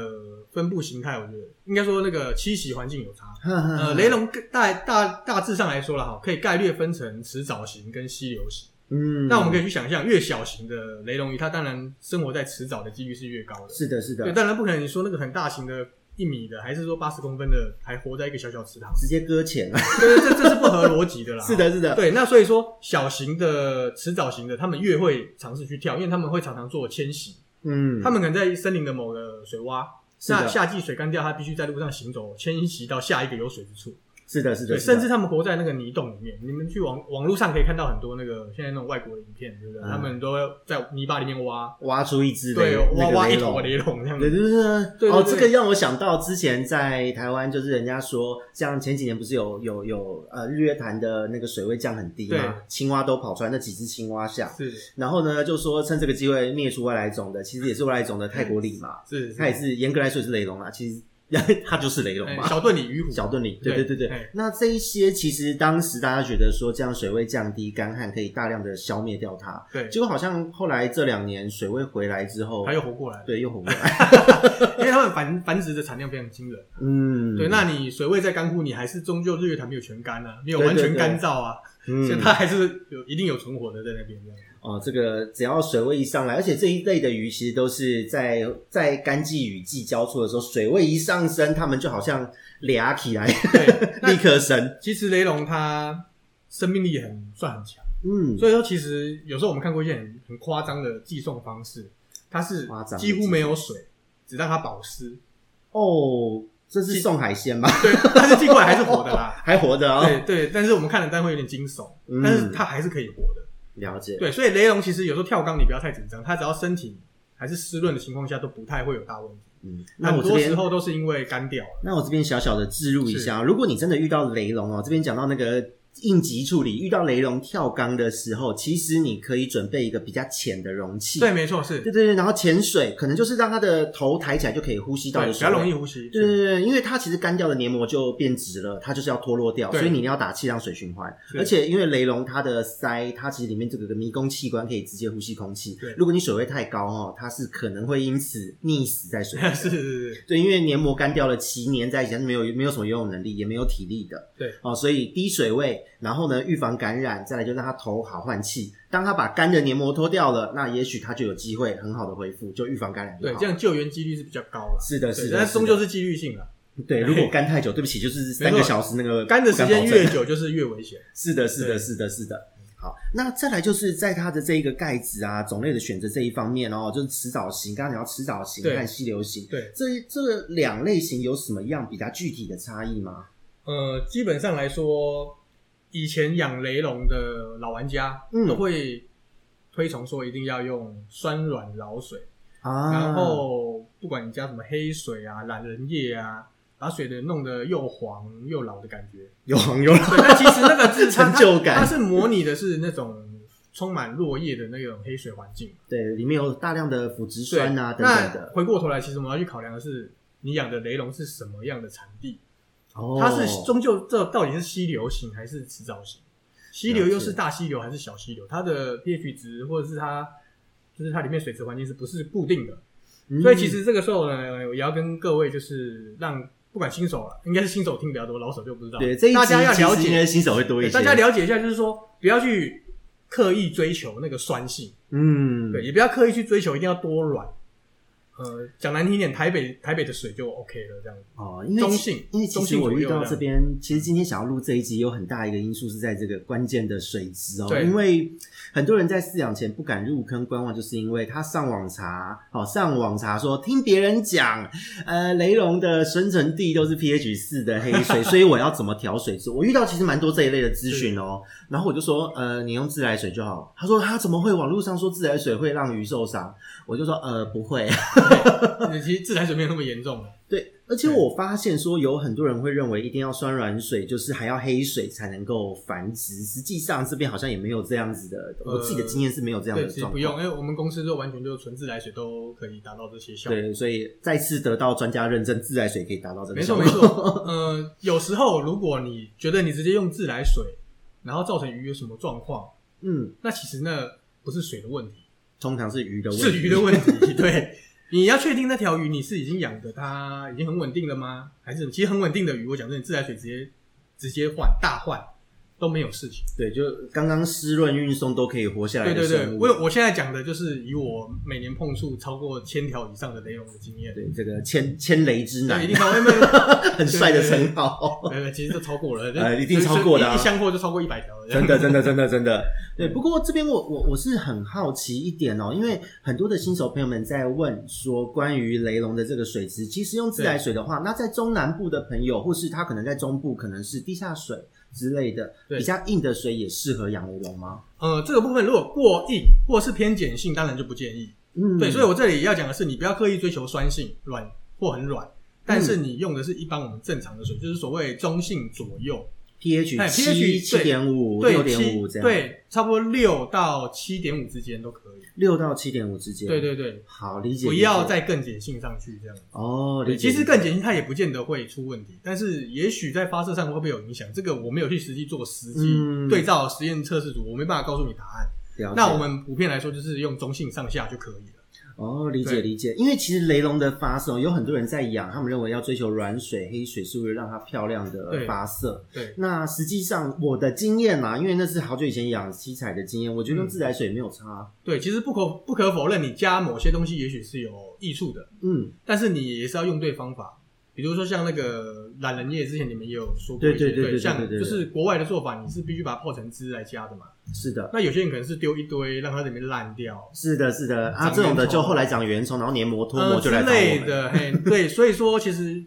[SPEAKER 2] 分布形态，我觉得应该说那个栖息环境有差。
[SPEAKER 1] 呵呵呵
[SPEAKER 2] 呃，雷龙大大大致上来说了哈，可以概略分成池沼型跟溪流型。
[SPEAKER 1] 嗯，
[SPEAKER 2] 那我们可以去想象，越小型的雷龙鱼，它当然生活在池沼的几率是越高的。
[SPEAKER 1] 是的是
[SPEAKER 2] 对，啊
[SPEAKER 1] 的，，
[SPEAKER 2] 当然不可能你说那个很大型的一米的，还是说八十公分的，还活在一个小小池塘
[SPEAKER 1] 直接搁浅了。
[SPEAKER 2] [LAUGHS] 对，这 [LAUGHS] 这是不合逻辑的啦。
[SPEAKER 1] 是，的是的，
[SPEAKER 2] 对。那所以说，小型的池沼型的，他们越会尝试去跳，因为他们会常常做迁徙，
[SPEAKER 1] 嗯，
[SPEAKER 2] 他们可能在森林的某个水洼。
[SPEAKER 1] 是
[SPEAKER 2] 那
[SPEAKER 1] 的
[SPEAKER 2] 夏季水干掉，它必须在路上行走，迁徙到下一个有水之处。
[SPEAKER 1] 是的是的，
[SPEAKER 2] 对，
[SPEAKER 1] 是的
[SPEAKER 2] 甚至他们活在那个泥洞里面。你们去网网络上可以看到很多那个现在那种外国的影片，对不对？
[SPEAKER 1] 嗯
[SPEAKER 2] 他们都要在泥巴里面挖，
[SPEAKER 1] 挖出一只雷
[SPEAKER 2] 对，
[SPEAKER 1] 那
[SPEAKER 2] 挖
[SPEAKER 1] 个
[SPEAKER 2] 挖一
[SPEAKER 1] 雷
[SPEAKER 2] 坨
[SPEAKER 1] 龙。
[SPEAKER 2] 雷龙这样
[SPEAKER 1] 对
[SPEAKER 2] 子。
[SPEAKER 1] 对对
[SPEAKER 2] 对对
[SPEAKER 1] 哦，
[SPEAKER 2] 对
[SPEAKER 1] 这个让我想到之前在台湾，就是人家说，像前几年不是有有有呃日月潭的那个水位降很低嘛
[SPEAKER 2] 对，
[SPEAKER 1] 青蛙都跑出来，那几只青蛙下，
[SPEAKER 2] 是
[SPEAKER 1] 然后呢，就说趁这个机会灭除外来种的，其实也是外来种的泰国鲤嘛，
[SPEAKER 2] 是，
[SPEAKER 1] 它也是严格来说也是雷龙啦，其实它就是雷龙
[SPEAKER 2] 哎
[SPEAKER 1] 嘛。
[SPEAKER 2] 小盾鲤鱼
[SPEAKER 1] [LAUGHS]
[SPEAKER 2] 虎，
[SPEAKER 1] 小盾鲤，对对对对
[SPEAKER 2] 对哎
[SPEAKER 1] 那这一些其实当时大家觉得说这样水位降低，干旱可以大量的消灭掉它，
[SPEAKER 2] 对，
[SPEAKER 1] 结果好像后来这两年水位回来之后
[SPEAKER 2] 它，又活过来了，
[SPEAKER 1] 对又
[SPEAKER 2] [LAUGHS]
[SPEAKER 1] 红过来，
[SPEAKER 2] 因为它们繁 [LAUGHS] 繁殖的产量非常惊人。
[SPEAKER 1] 嗯，
[SPEAKER 2] 对，那你水位在干枯，你还是终究日月潭没有全干啊，没有
[SPEAKER 1] 对对
[SPEAKER 2] 完全
[SPEAKER 1] 对
[SPEAKER 2] 干燥啊，所以
[SPEAKER 1] 嗯
[SPEAKER 2] 它还是有一定有存活的在那边这样。
[SPEAKER 1] 哦，这个只要水位一上来，而且这一类的鱼其实都是在在干季雨季交错的时候，水位一上升，它们就好像俩起来，
[SPEAKER 2] 对， [LAUGHS] 那
[SPEAKER 1] 立刻生，
[SPEAKER 2] 其实雷龙它生命力很算很强。
[SPEAKER 1] 嗯，
[SPEAKER 2] 所以说，其实有时候我们看过一些很很夸张的寄送方式，它是
[SPEAKER 1] 夸张的
[SPEAKER 2] 几乎没有水，只让它保湿，
[SPEAKER 1] 哦，这是送海鲜吧？
[SPEAKER 2] 对，但是寄过来还是活的
[SPEAKER 1] [LAUGHS]
[SPEAKER 2] 啦。
[SPEAKER 1] 还活着哦，
[SPEAKER 2] 对对，但是我们看了单会有点惊悚，
[SPEAKER 1] 嗯
[SPEAKER 2] 但是它还是可以活的。
[SPEAKER 1] 了解，
[SPEAKER 2] 对，所以雷龙其实有时候跳缸你不要太紧张，它只要身体还是湿润的情况下都不太会有大问题。
[SPEAKER 1] 嗯，那
[SPEAKER 2] 很
[SPEAKER 1] 我这
[SPEAKER 2] 多时
[SPEAKER 1] 边。
[SPEAKER 2] 候都是因为干掉啊了。
[SPEAKER 1] 那我这边小小的置入一下哦，如果你真的遇到雷龙哦，这边讲到那个应急处理，遇到雷龙跳缸的时候，其实你可以准备一个比较浅的容器，
[SPEAKER 2] 对，没错，是
[SPEAKER 1] 对对对，然后潜水可能就是让它的头抬起来就可以呼吸到
[SPEAKER 2] 对，
[SPEAKER 1] 的
[SPEAKER 2] 比
[SPEAKER 1] 水
[SPEAKER 2] 较
[SPEAKER 1] 位，
[SPEAKER 2] 容易呼吸。
[SPEAKER 1] 对对对，因为它其实干掉的黏膜就变直了，它就是要脱落掉，
[SPEAKER 2] 对
[SPEAKER 1] 所以你一定要打气让水循环。
[SPEAKER 2] 是
[SPEAKER 1] 而且因为雷龙它的鳃，它其实里面这个迷宫器官可以直接呼吸空气
[SPEAKER 2] 对。
[SPEAKER 1] 如果你水位太高哦，它是可能会因此溺死在
[SPEAKER 2] [LAUGHS]
[SPEAKER 1] 水里。
[SPEAKER 2] 是是是是，
[SPEAKER 1] 对，因为黏膜干掉了，其粘在一起，它是没有没有什么游泳能力，也没有体力的。
[SPEAKER 2] 对
[SPEAKER 1] 哦，所以低水位然后呢预防感染，再来就让它头好换气。当它把干的黏膜脱掉了，那也许它就有机会很好的恢复，就预防感染就
[SPEAKER 2] 对，
[SPEAKER 1] 好。
[SPEAKER 2] 这样救援几率是比较高了。
[SPEAKER 1] 是的，
[SPEAKER 2] 对
[SPEAKER 1] 是的，是
[SPEAKER 2] 但
[SPEAKER 1] 的
[SPEAKER 2] 终究是几率性了。
[SPEAKER 1] 对。如果干太久，对不起，就是三个
[SPEAKER 2] 没错
[SPEAKER 1] 小时那个
[SPEAKER 2] 干的时间
[SPEAKER 1] 不敢保证
[SPEAKER 2] 越久，就是越危险。
[SPEAKER 1] 是的，是的，
[SPEAKER 2] 对
[SPEAKER 1] 是的，是的。好，那再来就是在它的这一个钙质啊种类的选择这一方面哦，就是迟早型，刚刚讲到迟早型
[SPEAKER 2] 对
[SPEAKER 1] 和稀流型，
[SPEAKER 2] 对，
[SPEAKER 1] 这这两类型有什么样比较具体的差异吗？
[SPEAKER 2] 呃，基本上来说，以前养雷龙的老玩家
[SPEAKER 1] 嗯
[SPEAKER 2] 都会推崇说一定要用酸软老水，
[SPEAKER 1] 啊，
[SPEAKER 2] 然后不管你加什么黑水啊、懒人液啊，把水的弄得又黄又老的感觉。
[SPEAKER 1] 有黄有
[SPEAKER 2] 对，但其实那个是它
[SPEAKER 1] 成就感
[SPEAKER 2] 它它是模拟的是那种充满落叶的那种黑水环境。
[SPEAKER 1] 对，里面有大量的腐殖
[SPEAKER 2] 对，
[SPEAKER 1] 酸啊等
[SPEAKER 2] 那
[SPEAKER 1] 等的。
[SPEAKER 2] 回过头来，其实我们要去考量的是，你养的雷龙是什么样的产地，
[SPEAKER 1] 哦，
[SPEAKER 2] 它是终究这到底是溪流型还是池沼型？溪流又是大溪流还是小溪流？它的 pH 值或者是它就是它里面水质环境是不是固定的？
[SPEAKER 1] 嗯，
[SPEAKER 2] 所以其实这个时候呢，也要跟各位就是让不管新手了，应该是新手听比较多，老手就不知道。
[SPEAKER 1] 对这一集
[SPEAKER 2] 大家要了
[SPEAKER 1] 其实应该
[SPEAKER 2] 解，
[SPEAKER 1] 新手会多一
[SPEAKER 2] 对
[SPEAKER 1] 些，
[SPEAKER 2] 大家了解一下，就是说不要去刻意追求那个酸性，
[SPEAKER 1] 嗯，
[SPEAKER 2] 对，也不要刻意去追求一定要多软。呃，讲难听一点，台北台北的水就 OK
[SPEAKER 1] [LAUGHS]
[SPEAKER 2] 了，这样子。
[SPEAKER 1] 哦，因为
[SPEAKER 2] 中
[SPEAKER 1] 其
[SPEAKER 2] 性
[SPEAKER 1] 因为其
[SPEAKER 2] 中
[SPEAKER 1] 实
[SPEAKER 2] 性
[SPEAKER 1] 我
[SPEAKER 2] 左
[SPEAKER 1] 遇
[SPEAKER 2] 右
[SPEAKER 1] 到
[SPEAKER 2] 这
[SPEAKER 1] 这
[SPEAKER 2] 样
[SPEAKER 1] 边，其实今天想要录这一集，有很大一个因素是在这个关键的水质哦，
[SPEAKER 2] 对
[SPEAKER 1] 因为很多人在饲养前不敢入坑观望，就是因为他上网查，哦，上网查说听别人讲，呃，雷龙的生成地都是 pH 四的黑水，所以我要怎么调水质？我遇到其实蛮多这一类的咨询哦，然后我就说，呃，你用自来水就好。他说他怎么会网络上说自来水会让鱼受伤？我就说，呃，不会。
[SPEAKER 2] 呃其实自来水没有那么严重啊了。
[SPEAKER 1] 对，而且我发现说有很多人会认为一定要酸软水，就是还要黑水才能够繁殖。实际上这边好像也没有这样子的，
[SPEAKER 2] 呃
[SPEAKER 1] 我自己的经验是没有这样
[SPEAKER 2] 对，
[SPEAKER 1] 的
[SPEAKER 2] 其实
[SPEAKER 1] 状
[SPEAKER 2] 不
[SPEAKER 1] 况。
[SPEAKER 2] 用，因为我们公司就完全就纯自来水都可以达到这些效果。
[SPEAKER 1] 对，所以再次得到专家认证，自来水可以达到这个
[SPEAKER 2] 没
[SPEAKER 1] 效
[SPEAKER 2] 错
[SPEAKER 1] 果。
[SPEAKER 2] 没错，呃，有时候如果你觉得你直接用自来水，然后造成鱼有什么状况，
[SPEAKER 1] 嗯，
[SPEAKER 2] 那其实那不是水的问题，
[SPEAKER 1] 通常是鱼的问题，
[SPEAKER 2] 是鱼的问题。对， [LAUGHS] 你要确定那条鱼你是已经养的它已经很稳定了吗？还是其实很稳定的鱼，我讲真的，自来水直接直接换大换都没有事情。
[SPEAKER 1] 对，就刚刚湿润运送都可以活下来
[SPEAKER 2] 对
[SPEAKER 1] 的
[SPEAKER 2] 对
[SPEAKER 1] 生
[SPEAKER 2] 对，
[SPEAKER 1] 物。
[SPEAKER 2] 我有我现在讲的就是以我每年碰触超过千条以上的雷龙的经验，
[SPEAKER 1] 对这个千千雷之
[SPEAKER 2] 对，一哎
[SPEAKER 1] 男
[SPEAKER 2] 定，超过，
[SPEAKER 1] 很帅的称号。
[SPEAKER 2] 呃，其实都超过了，
[SPEAKER 1] [LAUGHS] 呃一定超过的啊
[SPEAKER 2] 一箱货就超过一百条了，这样
[SPEAKER 1] 真的，真的，真的，真的。 [LAUGHS] 对，不过这边我我我是很好奇一点哦，因为很多的新手朋友们在问说，关于雷龙的这个水质，其实用自来水的话，那在中南部的朋友，或是他可能在中部，可能是地下水之类的，
[SPEAKER 2] 对
[SPEAKER 1] 比较硬的水也适合养雷龙吗？
[SPEAKER 2] 呃，这个部分如果过硬或是偏碱性，当然就不建议。
[SPEAKER 1] 嗯，
[SPEAKER 2] 对，所以我这里要讲的是，你不要刻意追求酸性、软或很软，但
[SPEAKER 1] 嗯
[SPEAKER 2] 是你用的是一般我们正常的水，就是所谓中性左右，
[SPEAKER 1] pH
[SPEAKER 2] 哎
[SPEAKER 1] 七
[SPEAKER 2] pH
[SPEAKER 1] 七点五
[SPEAKER 2] 对
[SPEAKER 1] 六点
[SPEAKER 2] 七
[SPEAKER 1] 五这样，，
[SPEAKER 2] 对，差不多六到七点五之间都可以。
[SPEAKER 1] 六到七点五之间，
[SPEAKER 2] 对，对对，
[SPEAKER 1] 好理解。
[SPEAKER 2] 不要
[SPEAKER 1] 理解
[SPEAKER 2] 再更碱性上去这样。
[SPEAKER 1] 哦，
[SPEAKER 2] 对，
[SPEAKER 1] 理解。
[SPEAKER 2] 其
[SPEAKER 1] 理
[SPEAKER 2] 实
[SPEAKER 1] 解
[SPEAKER 2] 更碱性它也不见得会出问题，但是也许在发射上会不会有影响，这个我没有去实际做实际
[SPEAKER 1] 嗯
[SPEAKER 2] 对照实验测试组，我没办法告诉你答案。
[SPEAKER 1] 了解
[SPEAKER 2] 那我们普遍来说就是用中性上下就可以了。
[SPEAKER 1] 哦，理解
[SPEAKER 2] 对
[SPEAKER 1] 理解，因为其实雷龙的发色，哦有很多人在养，他们认为要追求软水、黑水，是为了让它漂亮的
[SPEAKER 2] 对
[SPEAKER 1] 发色。
[SPEAKER 2] 对，
[SPEAKER 1] 那实际上我的经验啊啦，因为那是好久以前养七彩的经验，我觉得用
[SPEAKER 2] 嗯
[SPEAKER 1] 自来水没有差。
[SPEAKER 2] 对，其实不可不可否认，你加某些东西也许是有益处的，
[SPEAKER 1] 嗯，
[SPEAKER 2] 但是你也是要用对方法。比如说像那个懒人液，之前你们也有说过
[SPEAKER 1] 对
[SPEAKER 2] 一些，
[SPEAKER 1] 对对对对对
[SPEAKER 2] 像
[SPEAKER 1] 对对
[SPEAKER 2] 就是国外的做法，你是必须把它泡成汁来加的嘛。
[SPEAKER 1] 是的，
[SPEAKER 2] 那有些人可能是丢一堆，让它里面烂掉，
[SPEAKER 1] 是的，是的啊，
[SPEAKER 2] 长
[SPEAKER 1] 这种的
[SPEAKER 2] 圆虫
[SPEAKER 1] 就后来长圆虫，然后黏膜 [LAUGHS] 脱
[SPEAKER 2] 呃
[SPEAKER 1] 膜就
[SPEAKER 2] 之
[SPEAKER 1] 来找
[SPEAKER 2] 类
[SPEAKER 1] 我们。
[SPEAKER 2] 的，嘿，对，所以说其实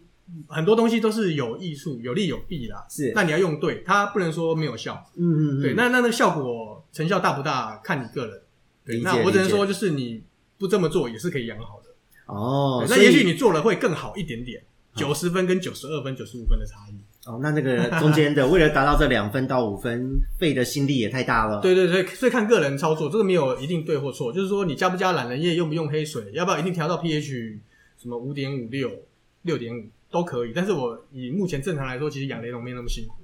[SPEAKER 2] 很多东西都是有益处，有利有弊啦。
[SPEAKER 1] 是，
[SPEAKER 2] 那你要用对，它不能说没有效。
[SPEAKER 1] 嗯嗯嗯，
[SPEAKER 2] 对，那那那个效果成效大不大，看你个人。对，
[SPEAKER 1] 理解
[SPEAKER 2] 那我只能
[SPEAKER 1] 理解
[SPEAKER 2] 说，就是你不这么做也是可以养好的。
[SPEAKER 1] 哦
[SPEAKER 2] 对，
[SPEAKER 1] 所
[SPEAKER 2] 那也
[SPEAKER 1] 以啊
[SPEAKER 2] 许你做了会更好一点点，九十分跟九十二分、九十五分的差异。
[SPEAKER 1] 哦，那那个中间
[SPEAKER 2] [LAUGHS]
[SPEAKER 1] 的为了达到这两分到五分，费的心力也太大了。
[SPEAKER 2] 对对对，所以看个人操作，这个没有一定对或错，就是说你加不加懒人液，用不用黑水，要不要一定调到 pH 什么五点五六、六点五都可以。但是我以目前正常来说，其实养雷龙没那么辛苦，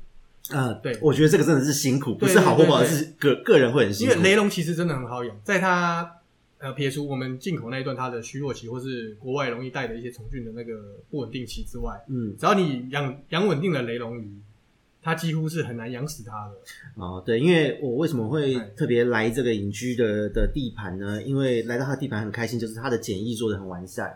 [SPEAKER 1] 啊，
[SPEAKER 2] 对
[SPEAKER 1] 我觉得这个真的是辛苦，不
[SPEAKER 2] 对
[SPEAKER 1] 是好或不好，
[SPEAKER 2] 对对
[SPEAKER 1] 是个个人会很辛
[SPEAKER 2] 因
[SPEAKER 1] 苦。
[SPEAKER 2] 为雷龙其实真的很好养，在它呃撇除我们进口那一段它的虚弱期或是国外容易带的一些虫菌的那个不稳定期之外，
[SPEAKER 1] 嗯。
[SPEAKER 2] 只要你养养稳定了雷龙鱼，它几乎是很难养死它的。
[SPEAKER 1] 哦，对，因为我为什么会
[SPEAKER 2] 哎
[SPEAKER 1] 特别来这个隐居的的地盘呢？因为来到他的地盘很开心，就是他的检疫做的很完善。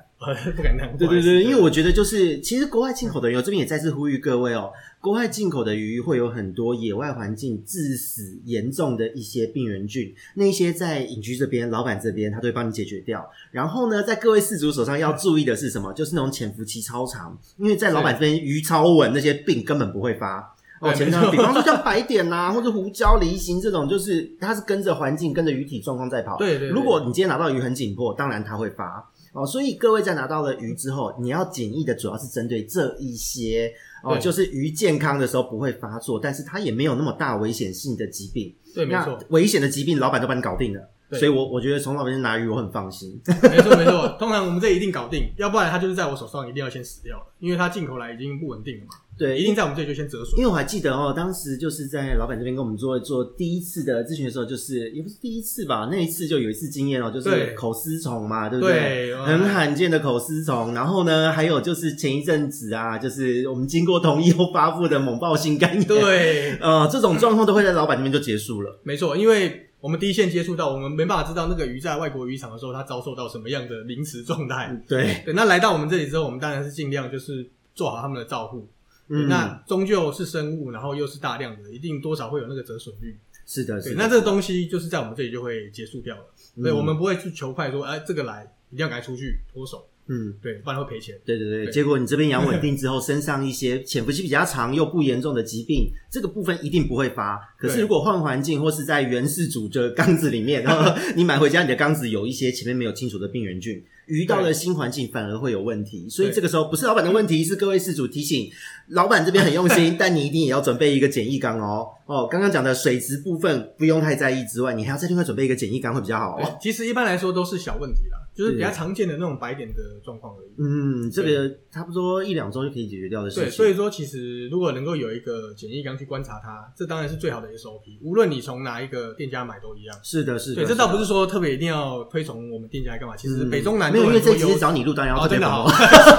[SPEAKER 2] 不敢当。
[SPEAKER 1] 对
[SPEAKER 2] 不好
[SPEAKER 1] 对
[SPEAKER 2] 意思
[SPEAKER 1] 对，因为我觉得就是，其实国外进口的鱼，我这边也再次呼吁各位哦，国外进口的鱼会有很多野外环境致死严重的一些病原菌，那一些在隐居这边、老板这边，他都会帮你解决掉。然后呢，在各位饲主手上要注意的是什么？就是那种潜伏期超长，因为在老板这边鱼超稳，那些病根本不会发。哦，
[SPEAKER 2] 对
[SPEAKER 1] 前
[SPEAKER 2] 没
[SPEAKER 1] 面
[SPEAKER 2] 错
[SPEAKER 1] 比方说像白点啦、或者胡椒、梨形这种，就是它是跟着环境、跟着鱼体状况在跑。
[SPEAKER 2] 对对对
[SPEAKER 1] 如果你今天拿到鱼很紧迫，当然它会发哦。所以各位在拿到了鱼之后，你要检疫的主要是针对这一些哦，
[SPEAKER 2] 对
[SPEAKER 1] 就是鱼健康的时候不会发作，但是它也没有那么大危险性的疾病。
[SPEAKER 2] 对，没
[SPEAKER 1] 那
[SPEAKER 2] 错，
[SPEAKER 1] 危险的疾病，老板都帮你搞定了。
[SPEAKER 2] 对
[SPEAKER 1] 所以我，我觉得从老板那边拿鱼，我很放
[SPEAKER 2] [LAUGHS]
[SPEAKER 1] 心。
[SPEAKER 2] 没错，没错。通常我们这一定搞定，要不然它就是在我手上一定要先死掉了，因为它进口来已经不稳定了嘛，
[SPEAKER 1] 对，
[SPEAKER 2] 一定在我们这里就先折损。
[SPEAKER 1] 因为我还记得哦，当时就是在老板这边跟我们做做第一次的咨询的时候，就是也不是第一次吧，那一次就有一次经验哦，就是
[SPEAKER 2] 对
[SPEAKER 1] 口丝虫嘛，对不对？
[SPEAKER 2] 对，哎哇
[SPEAKER 1] 很罕见的口丝虫，然后呢，还有就是前一阵子啊，就是我们经过同意后发布的猛爆性肝炎，，
[SPEAKER 2] 对，
[SPEAKER 1] 呃，这种状况都会在老板那边就结束了。
[SPEAKER 2] 没错，因为我们第一线接触到，我们没办法知道那个鱼在外国渔场的时候，它遭受到什么样的临时状态。
[SPEAKER 1] 对，
[SPEAKER 2] 对，那来到我们这里之后，我们当然是尽量就是做好他们的照顾。
[SPEAKER 1] 嗯，
[SPEAKER 2] 那终究是生物，然后又是大量的，一定多少会有那个折损率。
[SPEAKER 1] 是的，
[SPEAKER 2] 对，
[SPEAKER 1] 是
[SPEAKER 2] 那
[SPEAKER 1] 的，
[SPEAKER 2] 这个东西就是在我们这里就会结束掉了。
[SPEAKER 1] 嗯
[SPEAKER 2] 对，我们不会去求快说，哎、这个来一定要赶快出去脱手，
[SPEAKER 1] 嗯，
[SPEAKER 2] 对，不然会赔钱。
[SPEAKER 1] 对对对，
[SPEAKER 2] 对
[SPEAKER 1] 结果你这边养稳定之后，身上一些 [LAUGHS] 潜伏期比较长又不严重的疾病，这个部分一定不会发。可是
[SPEAKER 2] 对
[SPEAKER 1] 如果换环境或是在原始组的缸子里面，然后 [LAUGHS] 你买回家，你的缸子有一些前面没有清除的病原菌，鱼到了新环境反而会有问题。所以
[SPEAKER 2] 对
[SPEAKER 1] 这个时候不是老板的问题，是各位事主提醒老板这边很用
[SPEAKER 2] [LAUGHS]
[SPEAKER 1] 心，但你一定也要准备一个简易缸哦。哦，刚刚讲的水质部分不用太在意之外，你还要再另外准备一个简易缸会比较好哦。
[SPEAKER 2] 对，其实一般来说都是小问题啦，就是比较
[SPEAKER 1] 是
[SPEAKER 2] 常见的那种白点的状况而已。
[SPEAKER 1] 嗯，这个差不多一两周就可以解决掉的事情。
[SPEAKER 2] 对，所以说其实如果能够有一个简易缸去观察它，这当然是最好的 SOP。无论你从哪一个店家买都一样。
[SPEAKER 1] 是的，是的，
[SPEAKER 2] 对，这
[SPEAKER 1] 是的
[SPEAKER 2] 倒不是说特别一定要推崇我们店家来干嘛，其实
[SPEAKER 1] 嗯
[SPEAKER 2] 北中南
[SPEAKER 1] 没
[SPEAKER 2] 都
[SPEAKER 1] 有，因为
[SPEAKER 2] 很
[SPEAKER 1] 这
[SPEAKER 2] 多
[SPEAKER 1] 集
[SPEAKER 2] 优
[SPEAKER 1] 是找你录，当然要
[SPEAKER 2] 哦，
[SPEAKER 1] 特别
[SPEAKER 2] 真的
[SPEAKER 1] 捧
[SPEAKER 2] 好 [LAUGHS]
[SPEAKER 1] 我，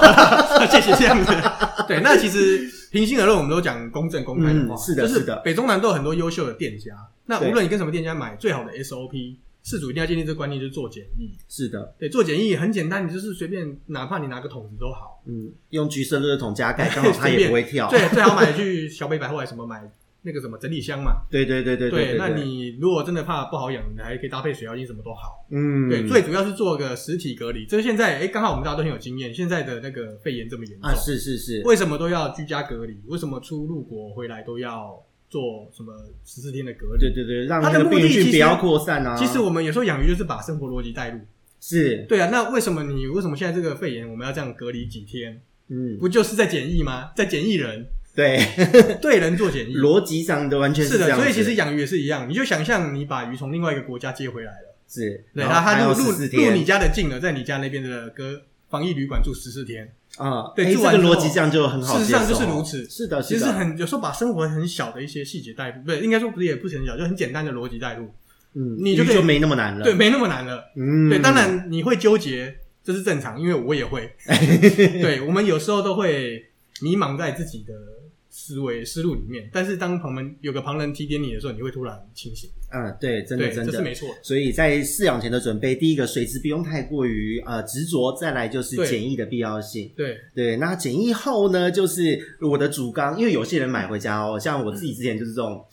[SPEAKER 2] 谢谢这样子。
[SPEAKER 1] [LAUGHS]
[SPEAKER 2] 对，那其实平心而论，我们都讲公正公开的话，
[SPEAKER 1] 嗯是的
[SPEAKER 2] 就是
[SPEAKER 1] 是的
[SPEAKER 2] 北中南都有很多优秀的店家，那
[SPEAKER 1] 对
[SPEAKER 2] 无论你跟什么店家买，最好的 SOP，事主一定要建立这个观念，就是做简易。
[SPEAKER 1] 是的，
[SPEAKER 2] 对，做简易很简单，你就是随便，哪怕你拿个桶子都好。
[SPEAKER 1] 嗯，用橘色热桶加盖，刚好它
[SPEAKER 2] [LAUGHS] 随
[SPEAKER 1] 也
[SPEAKER 2] 便
[SPEAKER 1] 不会跳。
[SPEAKER 2] 最最好买去小北百货还是什么买那个什么整理箱嘛。
[SPEAKER 1] 对对对对对，
[SPEAKER 2] 那你如果真的怕不好养，你还可以搭配水妖精，什么都好。
[SPEAKER 1] 嗯，
[SPEAKER 2] 对，最主要是做个实体隔离。这现在，哎，刚好我们大家都很有经验，现在的那个肺炎这么严重，
[SPEAKER 1] 啊，是是是，
[SPEAKER 2] 为什么都要居家隔离？为什么出入国回来都要做什么十四天的隔离？
[SPEAKER 1] 对对对，让
[SPEAKER 2] 它
[SPEAKER 1] 那
[SPEAKER 2] 的
[SPEAKER 1] 个
[SPEAKER 2] 目
[SPEAKER 1] 病
[SPEAKER 2] 的
[SPEAKER 1] 原菌
[SPEAKER 2] 其
[SPEAKER 1] 不
[SPEAKER 2] 实
[SPEAKER 1] 要扩散啊。
[SPEAKER 2] 其实我们有时候养鱼就是把生活逻辑带入。
[SPEAKER 1] 是，
[SPEAKER 2] 对啊，那为什么你为什么现在这个肺炎我们要这样隔离几天？
[SPEAKER 1] 嗯，
[SPEAKER 2] 不就是在检疫吗？在检疫人，
[SPEAKER 1] 对，
[SPEAKER 2] 对人做检疫。
[SPEAKER 1] 逻辑上的完全
[SPEAKER 2] 是
[SPEAKER 1] 这
[SPEAKER 2] 的，
[SPEAKER 1] 样子。
[SPEAKER 2] 所以其实养鱼也是一样，你就想象你把鱼从另外一个国家接回来了，
[SPEAKER 1] 是，
[SPEAKER 2] 对，
[SPEAKER 1] 然后
[SPEAKER 2] 它
[SPEAKER 1] 还
[SPEAKER 2] 入
[SPEAKER 1] 有
[SPEAKER 2] 入
[SPEAKER 1] 14
[SPEAKER 2] 入你
[SPEAKER 1] 天
[SPEAKER 2] 家的近了，在你家那边的隔防疫旅馆住十四天。
[SPEAKER 1] 啊，
[SPEAKER 2] 对
[SPEAKER 1] 哎这
[SPEAKER 2] 住完
[SPEAKER 1] 个
[SPEAKER 2] 之后
[SPEAKER 1] 逻辑这样就很好接
[SPEAKER 2] 事
[SPEAKER 1] 受。哦
[SPEAKER 2] 实上就是如此
[SPEAKER 1] 是的，
[SPEAKER 2] 其
[SPEAKER 1] 是
[SPEAKER 2] 实
[SPEAKER 1] 的，
[SPEAKER 2] 很有时候把生活很小的一些细节带入，不对，应该说不是也不是很小，就很简单的逻辑带入，
[SPEAKER 1] 嗯，
[SPEAKER 2] 你就
[SPEAKER 1] 鱼
[SPEAKER 2] 可以
[SPEAKER 1] 就没那么难了。
[SPEAKER 2] 对，，没那么难了。
[SPEAKER 1] 嗯，
[SPEAKER 2] 对，当然你会纠结，这是正常，因为我
[SPEAKER 1] [LAUGHS]
[SPEAKER 2] 也会。对，我们有时候都会迷茫在自己的思维思路里面，但是当旁门有个旁人提点你的时候，你会突然清醒。
[SPEAKER 1] 嗯，对，真的
[SPEAKER 2] 对，
[SPEAKER 1] 真
[SPEAKER 2] 这
[SPEAKER 1] 的
[SPEAKER 2] 是没错的。
[SPEAKER 1] 所以在饲养前的准备，第一个水质不用太过于呃执着，再来就是
[SPEAKER 2] 对
[SPEAKER 1] 检疫的必要性。
[SPEAKER 2] 对，
[SPEAKER 1] 对，那检疫后呢，就是我的主缸，因为有些人买回家哦，像我自己之前就是这种。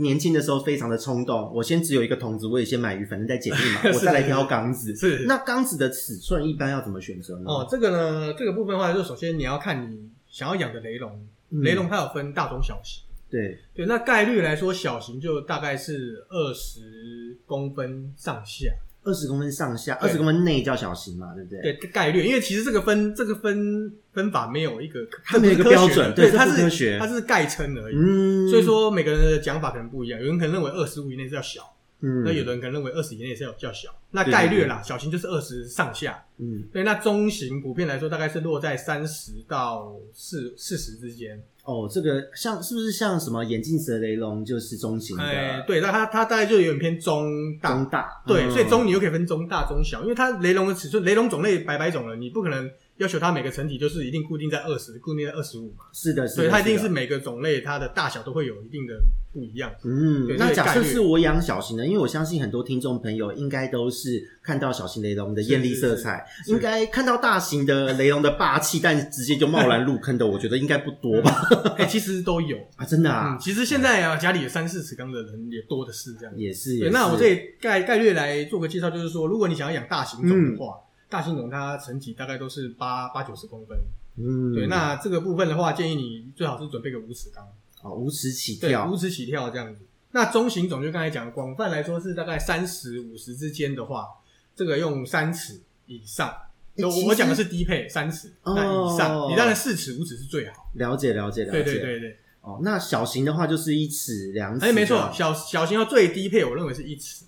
[SPEAKER 1] 年轻的时候非常的冲动，我先只有一个桶子，我也先买鱼，反正再检疫
[SPEAKER 2] [LAUGHS]
[SPEAKER 1] 嘛，
[SPEAKER 2] 是
[SPEAKER 1] 我再来挑缸子。
[SPEAKER 2] 是
[SPEAKER 1] 那缸子的尺寸一般要怎么选择呢？
[SPEAKER 2] 哦，，这个呢，这个部分的话，就首先你要看你想要养的雷龙，
[SPEAKER 1] 嗯
[SPEAKER 2] 雷龙它有分大中小型。
[SPEAKER 1] 对，
[SPEAKER 2] 对，那概率来说，小型就大概是二十公分上下。
[SPEAKER 1] 二十公分上下，二
[SPEAKER 2] 对
[SPEAKER 1] 十公分内叫小型嘛，对不对？，
[SPEAKER 2] 对，概率，因为其实这个分这个分分法没有一个，
[SPEAKER 1] 它没有一个
[SPEAKER 2] 这不是科
[SPEAKER 1] 标
[SPEAKER 2] 学
[SPEAKER 1] 准
[SPEAKER 2] 的
[SPEAKER 1] 对
[SPEAKER 2] 对，
[SPEAKER 1] 这
[SPEAKER 2] 它
[SPEAKER 1] 不
[SPEAKER 2] 是
[SPEAKER 1] 科学
[SPEAKER 2] 它是概称而已。
[SPEAKER 1] 嗯，
[SPEAKER 2] 所以，说每个人的讲法可能不一样，有人可能认为二十五以内是叫小，
[SPEAKER 1] 嗯，
[SPEAKER 2] 那、有的人可能认为二十以内是要叫小。那
[SPEAKER 1] 对
[SPEAKER 2] 概率啦，小型就是二十上下，
[SPEAKER 1] 嗯，
[SPEAKER 2] 对，那中型普遍来说大概是落在三十到四四十之间。
[SPEAKER 1] 哦，这个像是不是像什么眼镜蛇雷龙就是中型的，
[SPEAKER 2] 哎，对，那它它大概就有点偏中大
[SPEAKER 1] 中大，
[SPEAKER 2] 对，
[SPEAKER 1] 嗯
[SPEAKER 2] 所以中你又可以分中大、中小，因为它雷龙的尺寸，雷龙种类百百种了，你不可能要求它每个成体就是一定固定在二十，固定在二十五嘛，
[SPEAKER 1] 是的，是的，
[SPEAKER 2] 所以它一定
[SPEAKER 1] 的
[SPEAKER 2] 是每个种类它的大小都会有一定的不一 [LAUGHS] 样。
[SPEAKER 1] 嗯
[SPEAKER 2] 对，
[SPEAKER 1] 那
[SPEAKER 2] 这个
[SPEAKER 1] 假
[SPEAKER 2] 概
[SPEAKER 1] 设
[SPEAKER 2] 率
[SPEAKER 1] 是我养小型的，因为我相信很多听众朋友应该都是看到小型雷龙的艳丽色彩，
[SPEAKER 2] 是
[SPEAKER 1] 应该看到大型的雷龙的霸气，但直接就贸然入坑的，我觉得应该不多吧？
[SPEAKER 2] 哎、其实都有。
[SPEAKER 1] [LAUGHS] 啊，真的啊
[SPEAKER 2] 嗯，，其实现在啊，家里有三四尺缸的人也多的是这样。
[SPEAKER 1] 也是。也
[SPEAKER 2] 嗯对，
[SPEAKER 1] 是
[SPEAKER 2] 那我这里概概略来做个介绍，就是说，如果你想要养大型种的话，大型种它成体大概都是八八九十公分。
[SPEAKER 1] 嗯，
[SPEAKER 2] 对，那这个部分的话，建议你最好是准备个五尺缸，
[SPEAKER 1] 好哦无耻起
[SPEAKER 2] 对，
[SPEAKER 1] 跳
[SPEAKER 2] 五，尺起跳这样子。那中型种就刚才讲，广泛来说是大概三十五十之间的话，这个用三尺以上。
[SPEAKER 1] 欸
[SPEAKER 2] 我
[SPEAKER 1] 其实
[SPEAKER 2] 我讲的是低配三尺，
[SPEAKER 1] 哦
[SPEAKER 2] 那以上，你当然四尺五尺是最好。
[SPEAKER 1] 了解了解了嗯解。
[SPEAKER 2] 对对对对，
[SPEAKER 1] 哦，那小型的话就是一尺两尺，
[SPEAKER 2] 哎，没错，，小小型要最低配，我认为是一尺。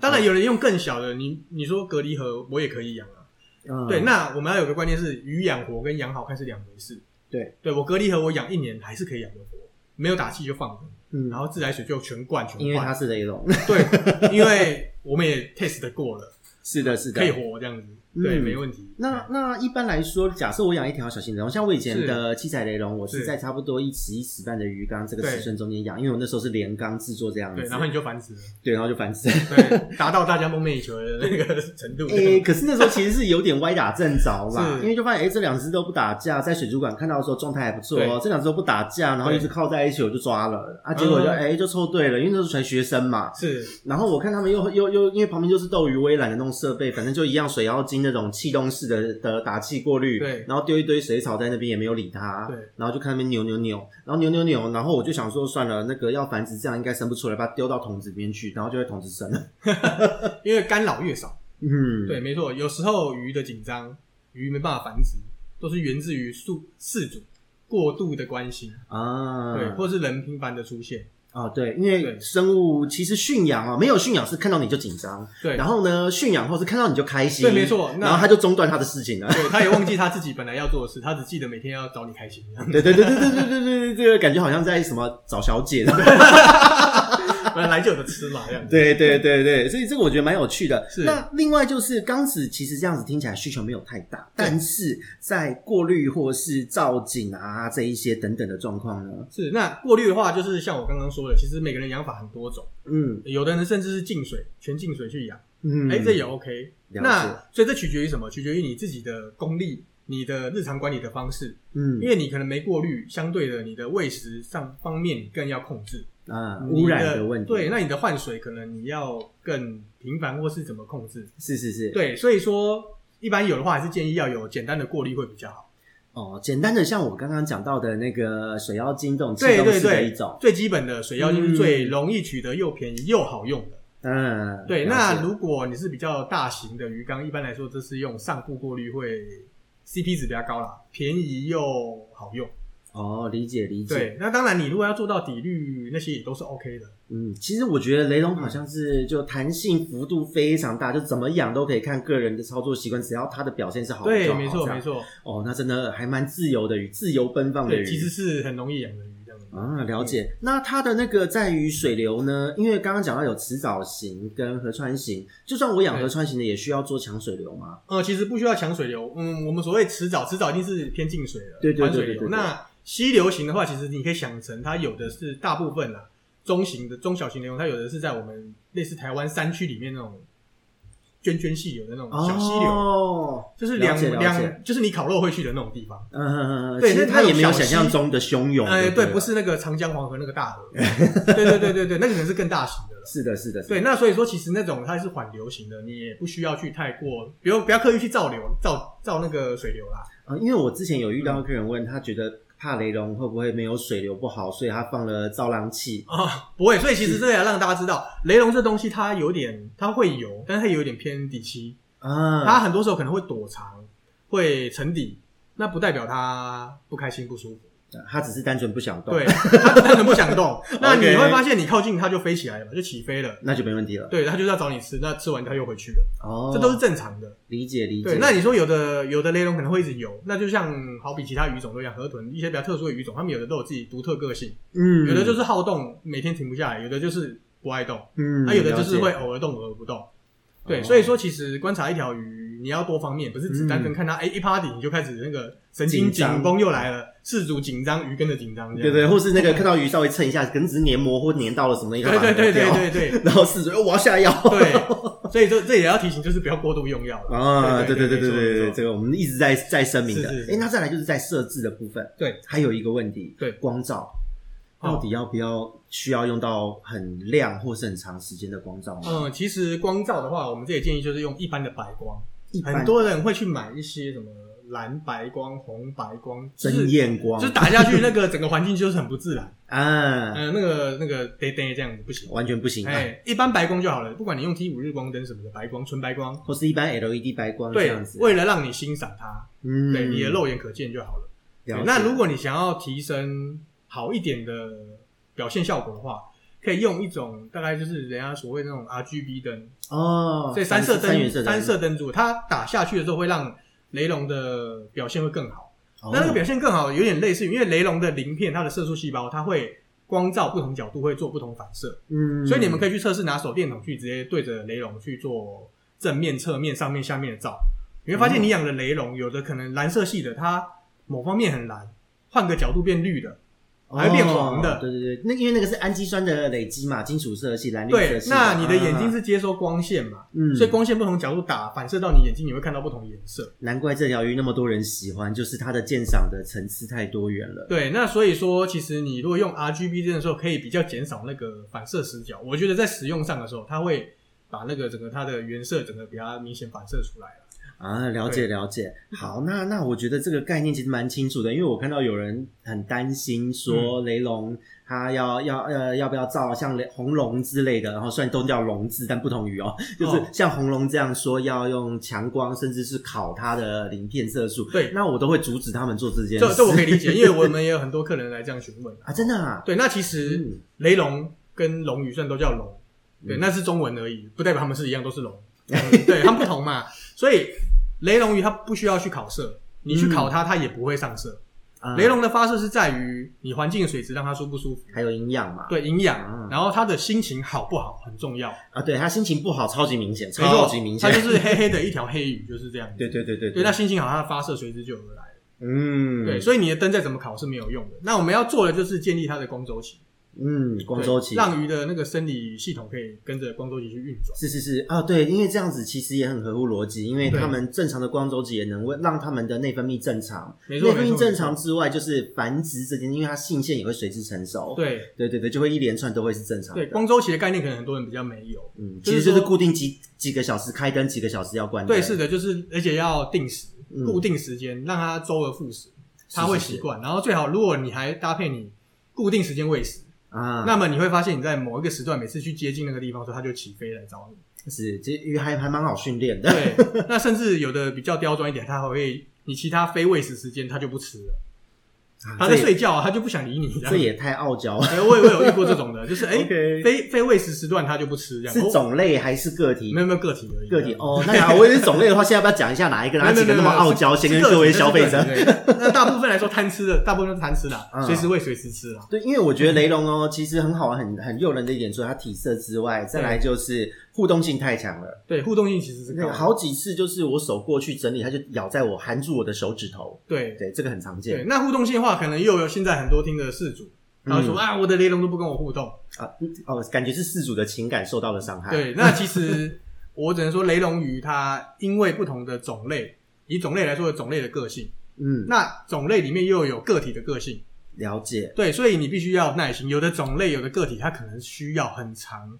[SPEAKER 2] 当然，有人用更小的，你你说隔离盒我也可以养啊。
[SPEAKER 1] 嗯，
[SPEAKER 2] 对，那我们要有个观念是，鱼养活跟养好看是两回事。
[SPEAKER 1] 对，
[SPEAKER 2] 对我隔离盒我养一年还是可以养得活，没有打气就放着，
[SPEAKER 1] 嗯，
[SPEAKER 2] 然后自来水就全灌全
[SPEAKER 1] 因为它
[SPEAKER 2] 灌。
[SPEAKER 1] 是雷龙， [LAUGHS]
[SPEAKER 2] [LAUGHS] 对，因为我们也 test 过了，
[SPEAKER 1] 是的，是的，
[SPEAKER 2] 可以活这样子，对，
[SPEAKER 1] 嗯
[SPEAKER 2] 没问题。
[SPEAKER 1] 那那一般来说，假设我养一条小型雷龙，像我以前的七彩雷龙，我是
[SPEAKER 2] 是
[SPEAKER 1] 在差不多一尺一尺半的鱼缸这个
[SPEAKER 2] 对
[SPEAKER 1] 尺寸中间养，因为我那时候是连缸制作这样子，
[SPEAKER 2] 对，然后你就繁殖了，
[SPEAKER 1] 对然后就繁
[SPEAKER 2] [LAUGHS]
[SPEAKER 1] 殖。
[SPEAKER 2] 对，达到大家梦寐以求的那个程度。
[SPEAKER 1] 诶、可是那时候其实是有点歪打正着啦，
[SPEAKER 2] 是
[SPEAKER 1] 因为就发现诶、这两只都不打架，在水族馆看到的时候状态还不错哦、
[SPEAKER 2] 对
[SPEAKER 1] 这两只都不打架，然后
[SPEAKER 2] 对
[SPEAKER 1] 一直靠在一起，我就抓了啊，结果就
[SPEAKER 2] 嗯
[SPEAKER 1] 诶、就凑对了，因为那时候才学生嘛，
[SPEAKER 2] 是，
[SPEAKER 1] 然后我看他们又又又因为旁边就是斗鱼，我也懒得弄设备，反正就一样水妖精那种气动式的的打气过滤，
[SPEAKER 2] 对
[SPEAKER 1] 然后丢一堆水草在那边也没有理它，
[SPEAKER 2] 对，
[SPEAKER 1] 然后就看那边扭扭扭，然后扭扭扭，然后我就想说算了，那个要繁殖这样应该生不出来，把它丢到桶子里面去，然后就会桶子生了，
[SPEAKER 2] 因为干扰越少。
[SPEAKER 1] 嗯，
[SPEAKER 2] 对，，没错，有时候鱼的紧张，鱼没办法繁殖，都是源自于宿饲主过度的关心，
[SPEAKER 1] 啊，
[SPEAKER 2] 对，或是人频繁的出现，
[SPEAKER 1] 哦对，因为
[SPEAKER 2] 对
[SPEAKER 1] 生物其实驯养啊，没有驯养是看到你就紧张，
[SPEAKER 2] 对，
[SPEAKER 1] 然后呢驯养后是看到你就开心，
[SPEAKER 2] 对，没，错，
[SPEAKER 1] 然后
[SPEAKER 2] 那
[SPEAKER 1] 他就中断他的事情了。
[SPEAKER 2] 对，他也忘记他自己本来要做的事，他只记得每天要找你开心， [LAUGHS]
[SPEAKER 1] 对对对对对对对对对，感觉好像在什么找小姐的
[SPEAKER 2] 本来就有的吃嘛，这样子。
[SPEAKER 1] 对对对对，所以这个我觉得蛮有趣的。
[SPEAKER 2] 是
[SPEAKER 1] 那另外就是缸子，其实这样子听起来需求没有太大，但是在过滤或是造景啊这一些等等的状况呢，
[SPEAKER 2] 是，那过滤的话，就是像我刚刚说的，其实每个人养法很多种，
[SPEAKER 1] 嗯
[SPEAKER 2] 有的人甚至是净水，全净水去养，
[SPEAKER 1] 嗯，
[SPEAKER 2] 哎、这也 OK。
[SPEAKER 1] 了
[SPEAKER 2] 那所以这取决于什么？取决于你自己的功力，你的日常管理的方式，
[SPEAKER 1] 嗯
[SPEAKER 2] 因为你可能没过滤，相对的你的喂食上方面你更要控制，
[SPEAKER 1] 啊
[SPEAKER 2] 你
[SPEAKER 1] 污染的问题，
[SPEAKER 2] 对，那你的换水可能你要更频繁或是怎么控制？
[SPEAKER 1] 是是是，
[SPEAKER 2] 对，所以说一般有的话还是建议要有简单的过滤会比较好。
[SPEAKER 1] 哦，简单的像我刚刚讲到的那个水妖精这种气
[SPEAKER 2] 对
[SPEAKER 1] 动
[SPEAKER 2] 对
[SPEAKER 1] 式的一
[SPEAKER 2] 对
[SPEAKER 1] 种，，
[SPEAKER 2] 最基本的水妖精
[SPEAKER 1] 嗯
[SPEAKER 2] 是最容易取得、又便宜又好用的。
[SPEAKER 1] 嗯，
[SPEAKER 2] 对，
[SPEAKER 1] 了
[SPEAKER 2] 那
[SPEAKER 1] 解
[SPEAKER 2] 如果你是比较大型的鱼缸，一般来说这是用上部过滤会 CP 值比较高啦，便宜又好用。
[SPEAKER 1] 哦理解理解，
[SPEAKER 2] 对，那当然你如果要做到底滤那些也都是 OK 的。
[SPEAKER 1] 嗯，其实我觉得雷龙好像是就弹性幅度非常大，就怎么养都可以看个人的操作习惯，只要它的表现是好的就
[SPEAKER 2] 对，
[SPEAKER 1] 好
[SPEAKER 2] 没
[SPEAKER 1] 这
[SPEAKER 2] 错
[SPEAKER 1] 样
[SPEAKER 2] 没错，
[SPEAKER 1] 哦，那真的还蛮自由的鱼，自由奔放的
[SPEAKER 2] 对，
[SPEAKER 1] 鱼。
[SPEAKER 2] 其实是嗯很容易养的鱼这样子。
[SPEAKER 1] 啊，了解。那它的那个在于水流呢，因为刚刚讲到有池藻型跟河川型，就算我养
[SPEAKER 2] 对
[SPEAKER 1] 河川型的，也需要做强水流吗？
[SPEAKER 2] 呃，其实不需要强水流，嗯，我们所谓池沼，池沼一定是偏进水的，
[SPEAKER 1] 对对对
[SPEAKER 2] 环水
[SPEAKER 1] 对对
[SPEAKER 2] 流。
[SPEAKER 1] 对
[SPEAKER 2] 那溪流型的话，其实你可以想成它有的是大部分啦，中型的中小型流，它有的是在我们类似台湾山区里面那种涓涓细流的那种小溪流，
[SPEAKER 1] 哦，
[SPEAKER 2] 就是
[SPEAKER 1] 了
[SPEAKER 2] 两
[SPEAKER 1] 解了解
[SPEAKER 2] 两就是你烤肉会去的那种地方。
[SPEAKER 1] 呃，
[SPEAKER 2] 对
[SPEAKER 1] 其实
[SPEAKER 2] 那
[SPEAKER 1] 它
[SPEAKER 2] 那
[SPEAKER 1] 也没有
[SPEAKER 2] 种小
[SPEAKER 1] 想象
[SPEAKER 2] 溪
[SPEAKER 1] 中的汹涌。
[SPEAKER 2] 哎、
[SPEAKER 1] 对
[SPEAKER 2] 对，
[SPEAKER 1] 了，
[SPEAKER 2] 不是那个长江黄河那个大
[SPEAKER 1] [LAUGHS]
[SPEAKER 2] 河，对对对对对，那个可能是更大型的了。
[SPEAKER 1] 是的，是的，是的
[SPEAKER 2] 对，，那所以说，其实那种它是缓流型的，你也不需要去太过，比如不要刻意去造流、造造那个水流啦。
[SPEAKER 1] 啊，因为我之前有遇
[SPEAKER 2] 嗯
[SPEAKER 1] 到客人问，他觉得怕雷龙会不会没有水流不好，所以他放了造浪器。
[SPEAKER 2] 啊、不会，所以其实这个要让大家知道，雷龙这东西它有点，它会游，但是它有点偏底栖，它
[SPEAKER 1] 啊，
[SPEAKER 2] 很多时候可能会躲藏，会沉底，那不代表它不开心不舒服。
[SPEAKER 1] 他只是单纯不想动，
[SPEAKER 2] 对，，它它可能不想
[SPEAKER 1] [LAUGHS]
[SPEAKER 2] 动，那你
[SPEAKER 1] OK
[SPEAKER 2] 会发现你靠近它就飞起来了嘛，就起飞了。
[SPEAKER 1] 那就没问题了。
[SPEAKER 2] 对，它就是要找你吃，那吃完它又回去了，
[SPEAKER 1] 哦，
[SPEAKER 2] 这都是正常的。
[SPEAKER 1] 理解理解。
[SPEAKER 2] 对，那你说有的有的雷龙可能会一直游，那就像好比其他鱼种都一样，河豚一些比较特殊的鱼种，它们有的都有自己独特个性，
[SPEAKER 1] 嗯，
[SPEAKER 2] 有的就是是好动，每天停不下来，有的就是不爱动。
[SPEAKER 1] 嗯，
[SPEAKER 2] 那、有的就
[SPEAKER 1] 了
[SPEAKER 2] 是哦
[SPEAKER 1] 解
[SPEAKER 2] 会偶尔动，偶尔不动。对，
[SPEAKER 1] 哦
[SPEAKER 2] 所以说其实观察一条鱼，你要多方面，不是只单纯看它，哎、一趴底你就开始那个神
[SPEAKER 1] 嗯紧
[SPEAKER 2] 经
[SPEAKER 1] 张
[SPEAKER 2] 紧绷又来了，事主紧张，鱼跟着紧张，这
[SPEAKER 1] 对
[SPEAKER 2] 样
[SPEAKER 1] 对，或是那个看到鱼稍微蹭一下，可能只是黏膜或黏到了什么东西，
[SPEAKER 2] 对对对
[SPEAKER 1] 它把它抹掉
[SPEAKER 2] 对对对
[SPEAKER 1] 然后四主我要下药。
[SPEAKER 2] 对，所以这这也要提醒，就是不要过度用药了
[SPEAKER 1] 啊，对对对对
[SPEAKER 2] 没错
[SPEAKER 1] 对
[SPEAKER 2] 没
[SPEAKER 1] 对，
[SPEAKER 2] 错
[SPEAKER 1] 这个我们一直在在声明的。
[SPEAKER 2] 是是是
[SPEAKER 1] 哎，那再来就是在设置的部分，
[SPEAKER 2] 对，
[SPEAKER 1] 还有一个问题，
[SPEAKER 2] 对哦
[SPEAKER 1] 光照到底要不要需要用到很亮或是很长时间的光照呢？
[SPEAKER 2] 嗯，其实光照的话，我们这里建议就是用一般的白光。
[SPEAKER 1] 一
[SPEAKER 2] 很
[SPEAKER 1] 般
[SPEAKER 2] 多人会去买一些什么蓝白光、红白光，就是
[SPEAKER 1] 真验光
[SPEAKER 2] 就是打下去那个整个环境就是很不自然。
[SPEAKER 1] [LAUGHS] 啊，
[SPEAKER 2] 呃，那个那个得得这样子不行。
[SPEAKER 1] 完全不行，啊，
[SPEAKER 2] 哎，一般白光就好了，不管你用 T 五日光灯什么的，白光、纯白光，
[SPEAKER 1] 或是一般 LED 白光啊这
[SPEAKER 2] 对
[SPEAKER 1] 样，子。
[SPEAKER 2] 为了让你欣赏它，
[SPEAKER 1] 嗯
[SPEAKER 2] 对你的肉眼可见就好了。
[SPEAKER 1] 了
[SPEAKER 2] 对
[SPEAKER 1] 解
[SPEAKER 2] 那如果你想要提升好一点的表现效果的话，可以用一种大概就是人家所谓那种 RGB 灯，
[SPEAKER 1] 哦，
[SPEAKER 2] 所以三色
[SPEAKER 1] 三原
[SPEAKER 2] 灯
[SPEAKER 1] 色灯
[SPEAKER 2] 三色灯组，它打下去的时候会让雷龙的表现会更好。
[SPEAKER 1] 哦
[SPEAKER 2] 那那个表现更好，有点类似于，因为雷龙的鳞片它的色素细胞，它会光照不同角度会做不同反射，
[SPEAKER 1] 嗯，
[SPEAKER 2] 所以你们可以去测试拿手电筒去直接对着雷龙去做正面、侧面、上面、下面的照，你会发现你养的雷龙有的可能蓝色系的，它某方面很蓝，换个角度变绿
[SPEAKER 1] 嗯
[SPEAKER 2] 的。还会变黄的
[SPEAKER 1] 哦对对对，那因为那个是氨基酸的累积嘛，金属色系、蓝绿色
[SPEAKER 2] 对
[SPEAKER 1] 系，嘛。
[SPEAKER 2] 那你的眼睛
[SPEAKER 1] 啊，
[SPEAKER 2] 是接收光线嘛，
[SPEAKER 1] 嗯，
[SPEAKER 2] 所以光线不同角度打反射到你眼睛，你会看到不同颜色。
[SPEAKER 1] 难怪这条鱼那么多人喜欢，就是它的鉴赏的层次太多元了。
[SPEAKER 2] 对，那所以说，其实你如果用 RGB 灯的时候，可以比较减少那个反射死角。我觉得在使用上的时候，它会把那个整个它的原色整个比较明显反射出来了。
[SPEAKER 1] 啊，了解了解。好，那那我觉得这个概念其实蛮清楚的，因为我看到有人很担心说
[SPEAKER 2] 嗯
[SPEAKER 1] 雷龙它要要呃要不要造像雷红龙之类的，然后虽然都叫龙字，但不同鱼哦， [LAUGHS] 就是
[SPEAKER 2] 哦
[SPEAKER 1] 像红龙这样说要用强光，甚至是烤它的鳞片色素。
[SPEAKER 2] 对
[SPEAKER 1] 那我都会阻止他们做这件事。
[SPEAKER 2] 这这我可以理解，因为我呃们也有很多客人来这样询问。
[SPEAKER 1] [LAUGHS] 啊，真的啊，
[SPEAKER 2] 对，那其实
[SPEAKER 1] 嗯
[SPEAKER 2] 雷龙跟龙鱼虽然都叫龙，对，
[SPEAKER 1] 嗯
[SPEAKER 2] 那是中文而已，不代表他们是一样都是龙，
[SPEAKER 1] [LAUGHS]
[SPEAKER 2] 嗯对，它们不同嘛。所以雷龙鱼它不需要去烤色，你
[SPEAKER 1] 嗯
[SPEAKER 2] 去烤它，它也不会上色。
[SPEAKER 1] 啊
[SPEAKER 2] 雷龙的发射是在于你环境的水质让它舒不舒服。
[SPEAKER 1] 还有营养嘛？
[SPEAKER 2] 对营
[SPEAKER 1] 啊
[SPEAKER 2] 养，然后他的心情好不好很重要，
[SPEAKER 1] 啊，对，他心情不好，超级明显，
[SPEAKER 2] 没错
[SPEAKER 1] 超级明显。
[SPEAKER 2] 他就是黑黑的一条黑鱼，就是这样子。
[SPEAKER 1] [LAUGHS] 对对对对
[SPEAKER 2] 对，那心情好，它的发射随之就而来了。
[SPEAKER 1] 嗯，
[SPEAKER 2] 对，所以你的灯再怎么烤是没有用的。那我们要做的就是建立它的光周期，
[SPEAKER 1] 嗯，光周期
[SPEAKER 2] 对让鱼的那个生理系统可以跟着光周期去运转。
[SPEAKER 1] 是是是啊，对，因为这样子其实也很合乎逻辑，因为
[SPEAKER 2] 对
[SPEAKER 1] 他们正常的光周期也能为让他们的内分泌正常，
[SPEAKER 2] 没错，
[SPEAKER 1] 内分
[SPEAKER 2] 没
[SPEAKER 1] 泌
[SPEAKER 2] 错，
[SPEAKER 1] 正
[SPEAKER 2] 没
[SPEAKER 1] 常
[SPEAKER 2] 错。
[SPEAKER 1] 之外，就是繁殖这件，因为它性腺也会随之成熟，
[SPEAKER 2] 对
[SPEAKER 1] 对对对，就会一连串都会是正常
[SPEAKER 2] 对，
[SPEAKER 1] 的。
[SPEAKER 2] 光周期的概念可能很多人比较没有。
[SPEAKER 1] 嗯，
[SPEAKER 2] 就
[SPEAKER 1] 其
[SPEAKER 2] 是
[SPEAKER 1] 实就是
[SPEAKER 2] 说
[SPEAKER 1] 固定几几个小时开灯，几个小时要关灯。
[SPEAKER 2] 对，是的，就是而且要定时、
[SPEAKER 1] 嗯
[SPEAKER 2] 固定时间，让它周而复始，它
[SPEAKER 1] 是
[SPEAKER 2] 会
[SPEAKER 1] 是
[SPEAKER 2] 习惯。然后最好，如果你还搭配你固定时间喂食，
[SPEAKER 1] 啊，
[SPEAKER 2] 那么你会发现，你在某一个时段，每次去接近那个地方的时候，它就起飞来找你。
[SPEAKER 1] 是其实鱼还还蛮好训练
[SPEAKER 2] [LAUGHS]
[SPEAKER 1] 的。
[SPEAKER 2] 对，那甚至有的比较刁钻一点，它还会你其他非喂食时间，它就不吃了，
[SPEAKER 1] 啊
[SPEAKER 2] 它
[SPEAKER 1] 这
[SPEAKER 2] 在
[SPEAKER 1] 也
[SPEAKER 2] 睡觉、啊，它就不想理你。这
[SPEAKER 1] 这
[SPEAKER 2] 样
[SPEAKER 1] 也太傲娇了，
[SPEAKER 2] 哎我也我有遇过这种的，就是哎
[SPEAKER 1] [LAUGHS] OK
[SPEAKER 2] 非非喂食时段它就不吃，这样
[SPEAKER 1] 是
[SPEAKER 2] 哦
[SPEAKER 1] 种类还是个体
[SPEAKER 2] 没？有没有个体而已，
[SPEAKER 1] 个体
[SPEAKER 2] 这样。
[SPEAKER 1] 哦，那假如我也是种类的话，现在要不要讲一下
[SPEAKER 2] [LAUGHS]
[SPEAKER 1] 哪一个？
[SPEAKER 2] 没
[SPEAKER 1] 哪
[SPEAKER 2] 有
[SPEAKER 1] 几
[SPEAKER 2] 没有
[SPEAKER 1] 个
[SPEAKER 2] 没有
[SPEAKER 1] 那么傲娇？
[SPEAKER 2] 是
[SPEAKER 1] 先跟
[SPEAKER 2] 个体
[SPEAKER 1] 各位
[SPEAKER 2] 是
[SPEAKER 1] 消费
[SPEAKER 2] 个体
[SPEAKER 1] 者。
[SPEAKER 2] 对那大部分来说贪吃的，大部分都是贪吃的啊
[SPEAKER 1] 嗯，
[SPEAKER 2] 随时喂随时吃啊。
[SPEAKER 1] 对，因为我觉得雷龙哦，其实很好玩，很很诱人的一点，除了它体色之外，再来就是互动性太强了。
[SPEAKER 2] 对，互动性其实是
[SPEAKER 1] 那
[SPEAKER 2] 高
[SPEAKER 1] 个
[SPEAKER 2] 的。
[SPEAKER 1] 好几次就是我手过去整理，它就咬在我，含住我的手指头。
[SPEAKER 2] 对
[SPEAKER 1] 对，这个很常
[SPEAKER 2] 对，
[SPEAKER 1] 见
[SPEAKER 2] 那互动性的话，可能又有现在很多听的事主，
[SPEAKER 1] 嗯
[SPEAKER 2] 然后说啊，我的雷龙都不跟我互动。
[SPEAKER 1] 啊。嗯哦，感觉是饲主的情感受到了伤害。，
[SPEAKER 2] 对，那
[SPEAKER 1] [LAUGHS]
[SPEAKER 2] 其实我只能说，雷龙鱼它因为不同的种类，以种类来说有种类的个性，
[SPEAKER 1] 嗯，
[SPEAKER 2] 那种类里面又有个体的个性，
[SPEAKER 1] 了解。
[SPEAKER 2] 对，所以你必须要有耐心。有的种类，有的个体，它可能需要很长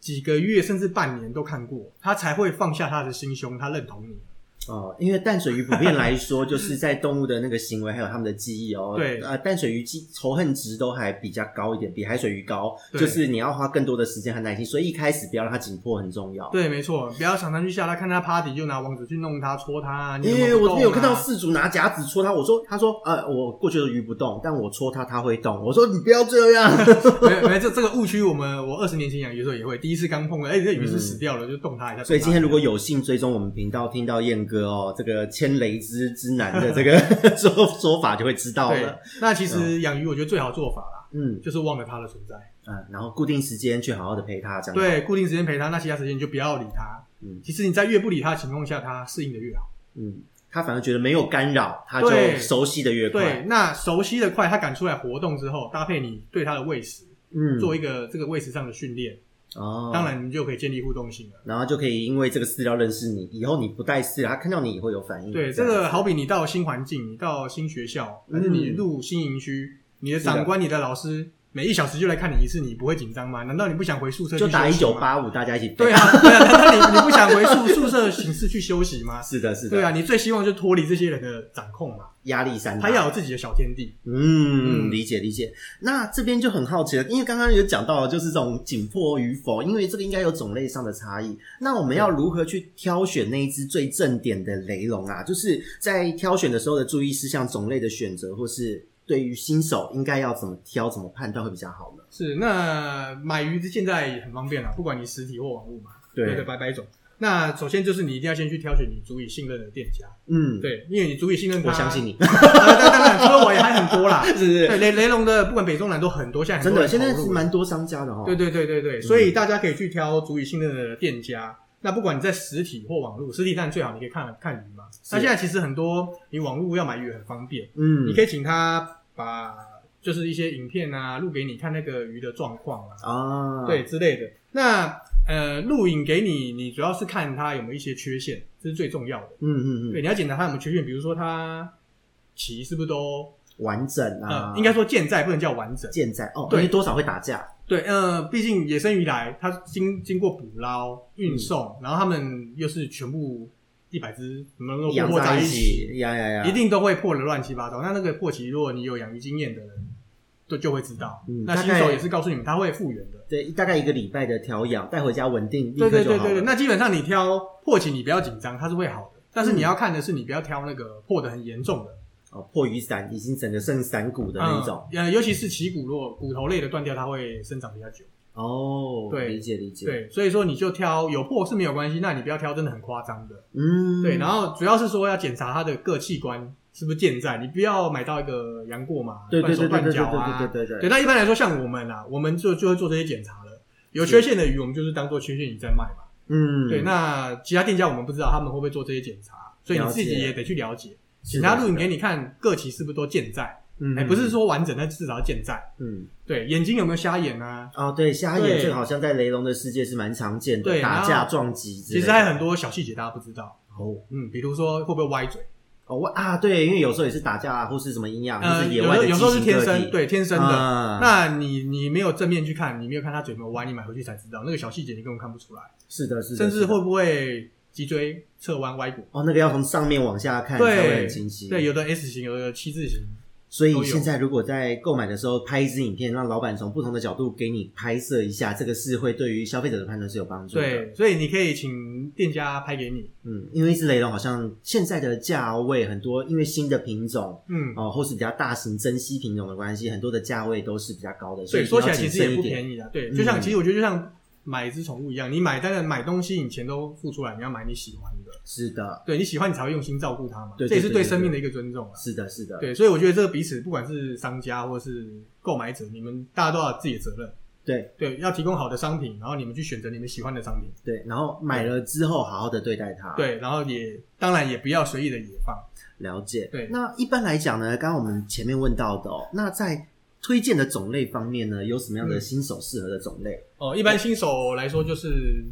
[SPEAKER 2] 几个月甚至半年都看过，它才会放下它的心胸，它认同你。
[SPEAKER 1] 哦，因为淡水鱼普遍来说，就是在动物的那个行为还有它们的记忆哦。
[SPEAKER 2] 对
[SPEAKER 1] 呃，淡水鱼记仇恨值都还比较高一点，比海水鱼高，
[SPEAKER 2] 对
[SPEAKER 1] 就是你要花更多的时间和耐心，所以一开始不要让它紧迫很重要。
[SPEAKER 2] 对，没错，不要常常去吓它，看它趴底就拿网子去弄它、戳它啊。你
[SPEAKER 1] 因为
[SPEAKER 2] 有
[SPEAKER 1] 我这边有看到
[SPEAKER 2] 是，
[SPEAKER 1] 事主拿夹子戳他，我说，他说，呃，我过去的鱼不动，但我戳它，它会动。我说你不要这
[SPEAKER 2] [LAUGHS]
[SPEAKER 1] 样，
[SPEAKER 2] 没没这这个误区，我们我二十年前养鱼的时候也会，第一次刚碰了，哎、这鱼是死掉了，就动它一下。
[SPEAKER 1] 所以
[SPEAKER 2] 动它
[SPEAKER 1] 今天
[SPEAKER 2] 一下
[SPEAKER 1] 如果有幸追踪我们频道，听到燕哥哦，这个千雷之之南的这个 [LAUGHS] 说说法，就会知道
[SPEAKER 2] 对
[SPEAKER 1] 了。，
[SPEAKER 2] 那其实养鱼我觉得最好做法啦，
[SPEAKER 1] 嗯，
[SPEAKER 2] 就是忘了它的存在。
[SPEAKER 1] 嗯，然后固定时间去好好的陪它，这样，
[SPEAKER 2] 对，固定时间陪它，那其他时间你就不要理它。
[SPEAKER 1] 嗯
[SPEAKER 2] 其实你在越不理它的情况下，它适应的越好。
[SPEAKER 1] 嗯，它反而觉得没有干扰，它就
[SPEAKER 2] 对
[SPEAKER 1] 熟悉的越快，
[SPEAKER 2] 对，那熟悉的快，它敢出来活动之后，搭配你对它的喂食，
[SPEAKER 1] 嗯，
[SPEAKER 2] 做一个这个喂食上的训练，
[SPEAKER 1] 哦，
[SPEAKER 2] 当，然你就可以建立互动性了。
[SPEAKER 1] 然后就可以因为这个饲料认识你，以后你不带饲料，它看到你也会有反应，
[SPEAKER 2] 对，这个好比你到新环境，你到新学校，
[SPEAKER 1] 嗯
[SPEAKER 2] 还是你入新营区，你的长官、你的老师，每一小时就来看你一次，你不会紧张吗？难道你不想回宿舍
[SPEAKER 1] 就打一
[SPEAKER 2] 去休息
[SPEAKER 1] 九
[SPEAKER 2] 吗？
[SPEAKER 1] 八五，大家一起背
[SPEAKER 2] 对，啊，对啊，难道你你不想回宿宿舍寝室去休息吗？
[SPEAKER 1] 是的，是的，
[SPEAKER 2] 对啊，，你最希望就脱离这些人的掌控嘛，
[SPEAKER 1] 压力山大，
[SPEAKER 2] 他要有自己的小天地。
[SPEAKER 1] 嗯，
[SPEAKER 2] 嗯
[SPEAKER 1] 理解理解。那这边就很好奇了，因为刚刚有讲到，就是这种紧迫与否，因为这个应该有种类上的差异。那我们要如何去挑选那一只最正点的雷龙啊？就是在挑选的时候的注意事项、种类的选择，或是对于新手应该要怎么挑、怎么判断会比较好呢？
[SPEAKER 2] 是，那买鱼现在也很方便啊了，不管你实体或网络嘛，对对，百百种。那首先就是你一定要先去挑选你足以信任的店家，
[SPEAKER 1] 嗯，，
[SPEAKER 2] 对，因为你足以信任他。
[SPEAKER 1] 我相信你，
[SPEAKER 2] 啊。 [LAUGHS] 当当然，除了我也还很多 [LAUGHS] 啦。
[SPEAKER 1] 是 [LAUGHS] 是
[SPEAKER 2] 对，雷雷龙的不管北中南都很多，现在嗯很
[SPEAKER 1] 真
[SPEAKER 2] 多
[SPEAKER 1] 的，
[SPEAKER 2] 人
[SPEAKER 1] 现在
[SPEAKER 2] 投
[SPEAKER 1] 是
[SPEAKER 2] 入
[SPEAKER 1] 蛮多商家的哈。
[SPEAKER 2] 对对对对对，所以大家可以去挑足以信任的店家。那不管你在实体或网络，实体当然最好你可以看看鱼嘛。那现在其实很多你网络要买鱼也很方便，
[SPEAKER 1] 嗯，
[SPEAKER 2] 你可以请他把就是一些影片啊录给你看那个鱼的状况啊，
[SPEAKER 1] 啊，
[SPEAKER 2] 对，之类的。那呃，录影给你，你主要是看它有没有一些缺陷，这是最重要的。
[SPEAKER 1] 嗯嗯嗯，
[SPEAKER 2] 对，你要检查它有没有缺陷，比如说它鳍是不是都
[SPEAKER 1] 完整啊
[SPEAKER 2] 呃，，应该说健在，不能叫完整。
[SPEAKER 1] 健在哦，因
[SPEAKER 2] 对
[SPEAKER 1] 为多少会打架，
[SPEAKER 2] 对，呃，毕竟野生鱼来，它经经过捕捞、
[SPEAKER 1] 嗯
[SPEAKER 2] 运送，然后他们又是全部一百只，能够
[SPEAKER 1] 养
[SPEAKER 2] 活在
[SPEAKER 1] 在一
[SPEAKER 2] 起，
[SPEAKER 1] 起，呀呀呀，
[SPEAKER 2] 一定都会破的乱七八糟。那那个破鳍，如果你有养鱼经验的人，就就会知道。
[SPEAKER 1] 嗯
[SPEAKER 2] 那
[SPEAKER 1] 大
[SPEAKER 2] 新
[SPEAKER 1] 概
[SPEAKER 2] 手也是告诉你们，它会复原的。
[SPEAKER 1] 对，大概一个礼拜的调养，带回家稳定，立
[SPEAKER 2] 对
[SPEAKER 1] 刻
[SPEAKER 2] 对
[SPEAKER 1] 就
[SPEAKER 2] 对
[SPEAKER 1] 好
[SPEAKER 2] 对
[SPEAKER 1] 了。
[SPEAKER 2] 对，那基本上你挑破鳍，你不要紧张，它是会好的。但是你要看的是，你不要挑那个破的很严重的
[SPEAKER 1] 哦，破雨伞已经整个剩散骨的那一种。
[SPEAKER 2] 嗯呃，尤其是鳍骨，如果骨头类的断掉，它会生长比较久。
[SPEAKER 1] 哦，
[SPEAKER 2] 对
[SPEAKER 1] 理解理解。，
[SPEAKER 2] 对，所以说你就挑有破是没有关系，那你不要挑真的很夸张的。
[SPEAKER 1] 嗯，
[SPEAKER 2] 对，然后主要是说要检查它的各器官是不是健在，你不要买到一个杨过嘛，
[SPEAKER 1] 对
[SPEAKER 2] 断
[SPEAKER 1] 对
[SPEAKER 2] 手
[SPEAKER 1] 对对
[SPEAKER 2] 断
[SPEAKER 1] 对对
[SPEAKER 2] 脚啊。
[SPEAKER 1] 对对对
[SPEAKER 2] 对，
[SPEAKER 1] 对，
[SPEAKER 2] 那一般来说，像我们啊，我们就就会做这些检查了。有缺陷的鱼，我们就是当做缺陷鱼在卖嘛。
[SPEAKER 1] 嗯，
[SPEAKER 2] 对，那其他店家我们不知道他们会不会做这些检查，所以你
[SPEAKER 1] 了解
[SPEAKER 2] 自己也得去了解，
[SPEAKER 1] 是
[SPEAKER 2] 请
[SPEAKER 1] 的
[SPEAKER 2] 他录影给，你看各期是不是都健在，
[SPEAKER 1] 嗯
[SPEAKER 2] 哎、不是，说完整，但至少要健在。
[SPEAKER 1] 嗯，
[SPEAKER 2] 对，眼睛有没有瞎眼啊？
[SPEAKER 1] 哦，对，瞎眼
[SPEAKER 2] 对
[SPEAKER 1] 这个好像在雷龙的世界是蛮常见的，
[SPEAKER 2] 对
[SPEAKER 1] 打
[SPEAKER 2] 然后
[SPEAKER 1] 架撞击之类的，
[SPEAKER 2] 其实还有很多小细节大家不知道，
[SPEAKER 1] 哦
[SPEAKER 2] 嗯，比如说会不会歪嘴，
[SPEAKER 1] 哦我啊，对，因为有时候也是打架啊，或是什么营养，或
[SPEAKER 2] 呃，
[SPEAKER 1] 是
[SPEAKER 2] 有
[SPEAKER 1] 野
[SPEAKER 2] 时
[SPEAKER 1] 外
[SPEAKER 2] 候
[SPEAKER 1] 的
[SPEAKER 2] 有时候是
[SPEAKER 1] 畸形
[SPEAKER 2] 天
[SPEAKER 1] 个
[SPEAKER 2] 生，
[SPEAKER 1] 体，
[SPEAKER 2] 对，天生的。
[SPEAKER 1] 啊
[SPEAKER 2] 那你你没有正面去看，你没有看他嘴有没有歪，你买回去才知道那个小细节，你根本看不出来，
[SPEAKER 1] 是的，是的，
[SPEAKER 2] 甚
[SPEAKER 1] 是
[SPEAKER 2] 至
[SPEAKER 1] 的
[SPEAKER 2] 会不会脊椎侧弯歪骨？
[SPEAKER 1] 哦，那个要从上面往下看才会
[SPEAKER 2] 对
[SPEAKER 1] 很清晰，，
[SPEAKER 2] 对，有的 S 型，有的七字形，
[SPEAKER 1] 所以
[SPEAKER 2] 都有
[SPEAKER 1] 现在如果在购买的时候拍一支影片，让老板从不同的角度给你拍摄一下，这个是会对于消费者的判断是有帮助的。，
[SPEAKER 2] 对，所以你可以请店家拍给你，
[SPEAKER 1] 嗯，因为一只雷龙好像现在的价位很多，因为新的品种
[SPEAKER 2] 嗯，
[SPEAKER 1] 哦，或是比较大型珍稀品种的关系，很多的价位都是比较高的，所
[SPEAKER 2] 对，
[SPEAKER 1] 以
[SPEAKER 2] 说起来
[SPEAKER 1] 你要
[SPEAKER 2] 其
[SPEAKER 1] 谨
[SPEAKER 2] 实也
[SPEAKER 1] 慎
[SPEAKER 2] 不
[SPEAKER 1] 一点。
[SPEAKER 2] 便宜啊，对，
[SPEAKER 1] 嗯
[SPEAKER 2] 就像其实我觉得就像买一只宠物一样，你买当然买东西，你钱都付出来，你要买你喜欢的，
[SPEAKER 1] 是的，
[SPEAKER 2] 对你喜欢你才会用心照顾它嘛，
[SPEAKER 1] 对对
[SPEAKER 2] 这也是
[SPEAKER 1] 对
[SPEAKER 2] 对
[SPEAKER 1] 对
[SPEAKER 2] 生命的一个尊重啊。
[SPEAKER 1] 是的，是的，
[SPEAKER 2] 对，所以我觉得这个彼此，不管是商家或是购买者，你们大家都要有自己的责任。
[SPEAKER 1] 对
[SPEAKER 2] 对，要提供好的商品，然后你们去选择你们喜欢的商品。
[SPEAKER 1] 对。然后买了之后，好好的对待它。，
[SPEAKER 2] 对，然后也当然也不要随意的野放。
[SPEAKER 1] 了解。
[SPEAKER 2] 对
[SPEAKER 1] 那一般来讲呢，刚刚我们前面问到的哦，那在推荐的种类方面呢，有什么样的
[SPEAKER 2] 嗯
[SPEAKER 1] 新手适合的种类？，
[SPEAKER 2] 哦，一般新手来说就是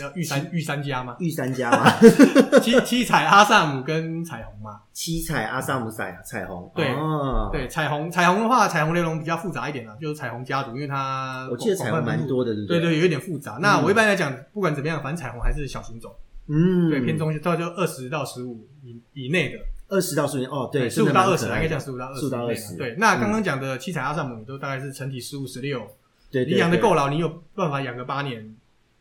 [SPEAKER 2] 要御三御三家嘛 [LAUGHS]
[SPEAKER 1] 玉三家吗？ [LAUGHS]
[SPEAKER 2] 七七彩、阿萨姆跟彩虹嘛。
[SPEAKER 1] 七彩阿萨姆彩彩虹，
[SPEAKER 2] 对
[SPEAKER 1] 哦，
[SPEAKER 2] 对，彩虹彩虹的话，彩虹雷龙比较复杂一点啦，就是彩虹家族，因为它
[SPEAKER 1] 我记得彩虹蛮。多的，对不嗯
[SPEAKER 2] 对
[SPEAKER 1] 对，
[SPEAKER 2] 对，有一点复杂。那我一般来讲，不管怎么样，反正彩虹还是小品种，
[SPEAKER 1] 嗯，
[SPEAKER 2] 对，偏中到就二十到十五以以内的，
[SPEAKER 1] 二十到十年，哦，对，
[SPEAKER 2] 十五
[SPEAKER 1] 真的蛮
[SPEAKER 2] 到二
[SPEAKER 1] 可
[SPEAKER 2] 十，啊
[SPEAKER 1] 爱
[SPEAKER 2] 应
[SPEAKER 1] 的
[SPEAKER 2] 该讲十五到二十，
[SPEAKER 1] 15到20嗯
[SPEAKER 2] 对，那刚刚讲的七彩阿萨姆也都大概是成体十五、十六，
[SPEAKER 1] 对，对
[SPEAKER 2] 你养的
[SPEAKER 1] 对
[SPEAKER 2] 够牢，你有办法养个八年，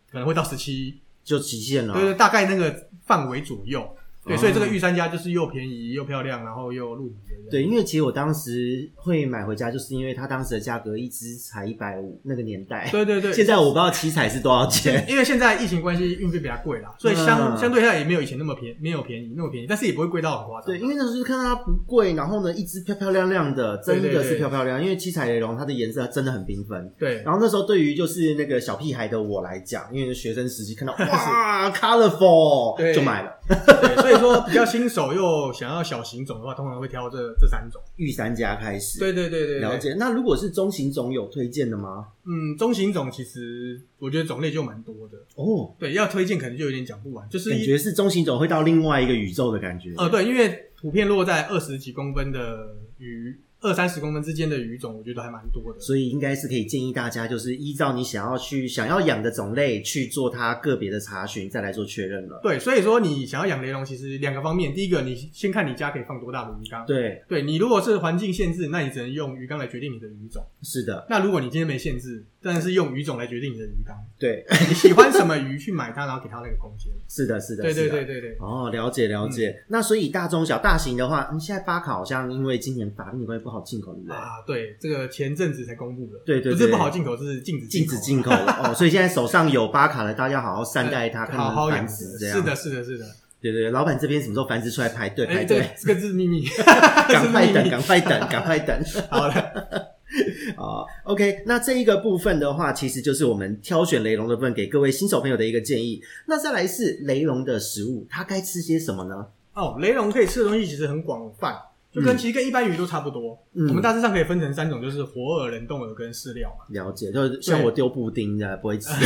[SPEAKER 2] 可能会到十七，
[SPEAKER 1] 就极限了，
[SPEAKER 2] 对对，大概那个范围左右。对，
[SPEAKER 1] 啊
[SPEAKER 2] 所以这个御三家就是又便宜又漂亮，然后又入门的。
[SPEAKER 1] 对，因为其实我当时会买回家，就是因为它当时的价格一只才一百五，那个年代。
[SPEAKER 2] 对对对，
[SPEAKER 1] 现在我不知道七彩是多少钱。 [LAUGHS]
[SPEAKER 2] 因为现在疫情关系，运费比较贵啦，所以相、
[SPEAKER 1] 嗯
[SPEAKER 2] 相对下也没有以前那么便没有便宜那么便宜，但是也不会贵到很夸张。
[SPEAKER 1] 对，因为那时候就是看到它不贵，然后呢，一只漂漂亮亮的，真
[SPEAKER 2] 对
[SPEAKER 1] 的
[SPEAKER 2] 对
[SPEAKER 1] 是
[SPEAKER 2] 对
[SPEAKER 1] 漂漂亮。因为七彩雷龙它的颜色真的很缤纷。 [LAUGHS]
[SPEAKER 2] 对
[SPEAKER 1] 然后那时候对于就是那个小屁孩的我来讲，因为学生时期看到哇 colorful
[SPEAKER 2] 对
[SPEAKER 1] 就买了
[SPEAKER 2] 对，所以说比较新手又想要小型种的话，通常会挑这这三种。
[SPEAKER 1] 御三家开始。
[SPEAKER 2] 对对对对，对
[SPEAKER 1] 了。解。那如果是中型种有推荐的吗？
[SPEAKER 2] 嗯，中型种其实我觉得种类就蛮多的，
[SPEAKER 1] 哦，
[SPEAKER 2] 对，要推荐可能就有点讲不完，就是
[SPEAKER 1] 感
[SPEAKER 2] 一
[SPEAKER 1] 觉是中型种会到另外一个宇宙的感觉。
[SPEAKER 2] 呃，对，因为普遍落在二十几公分的鱼，二三十公分之间的鱼种，我觉得还蛮多的。
[SPEAKER 1] 所以应该是可以建议大家，就是依照你想要去想要养的种类去做它个别的查询，再来做确认了。
[SPEAKER 2] 对，所以说你想要养雷龙，其实两个方面，第一个你先看你家可以放多大的鱼缸。
[SPEAKER 1] 对，
[SPEAKER 2] 对你如果是环境限制，那你只能用鱼缸来决定你的鱼种。
[SPEAKER 1] 是的，
[SPEAKER 2] 那如果你今天没限制，当然是用鱼种来决定你的鱼缸，
[SPEAKER 1] 对，
[SPEAKER 2] 你喜欢什么鱼去买它，然后给它那
[SPEAKER 1] [LAUGHS]
[SPEAKER 2] 个空间。
[SPEAKER 1] 是的，是的，
[SPEAKER 2] 对对
[SPEAKER 1] 是的
[SPEAKER 2] 对。嗯对对，
[SPEAKER 1] 哦，了解了解。那所以大中小大型的话，嗯，现在巴卡好像因为今年法令的关系不好进口，对不对？
[SPEAKER 2] 啊，对，这个前阵子才公布的，
[SPEAKER 1] 对对对
[SPEAKER 2] 不是不好进口，是禁止
[SPEAKER 1] 禁
[SPEAKER 2] 口
[SPEAKER 1] 止进口了哦，所以现在手上有巴卡了，大家好好善待它，看
[SPEAKER 2] 呃好好
[SPEAKER 1] 它繁
[SPEAKER 2] 养
[SPEAKER 1] 殖
[SPEAKER 2] 殖，
[SPEAKER 1] 这样。
[SPEAKER 2] 是，的，是的，是的，
[SPEAKER 1] 对对对，老板这边什么时候繁殖出来排队
[SPEAKER 2] 哎，
[SPEAKER 1] 排
[SPEAKER 2] 这
[SPEAKER 1] 队
[SPEAKER 2] 个，这个是秘密， [LAUGHS]
[SPEAKER 1] 赶快
[SPEAKER 2] 这是秘
[SPEAKER 1] 等，
[SPEAKER 2] 密
[SPEAKER 1] 赶快等，赶快等。
[SPEAKER 2] [LAUGHS] 好了，
[SPEAKER 1] [LAUGHS] 啊、o k 那这一个部分的话，其实就是我们挑选雷龙的部分，给各位新手朋友的一个建议。那再来是雷龙的食物，它该吃些什么呢？
[SPEAKER 2] 哦，雷龙可以吃的东西其实很广泛，就跟其实跟一般鱼都差不多。
[SPEAKER 1] 嗯。
[SPEAKER 2] 我们大致上可以分成三种，就是活饵、冷冻饵跟饲料嘛 [LAUGHS]
[SPEAKER 1] 了解，就是像我丢布丁的不会吃啊，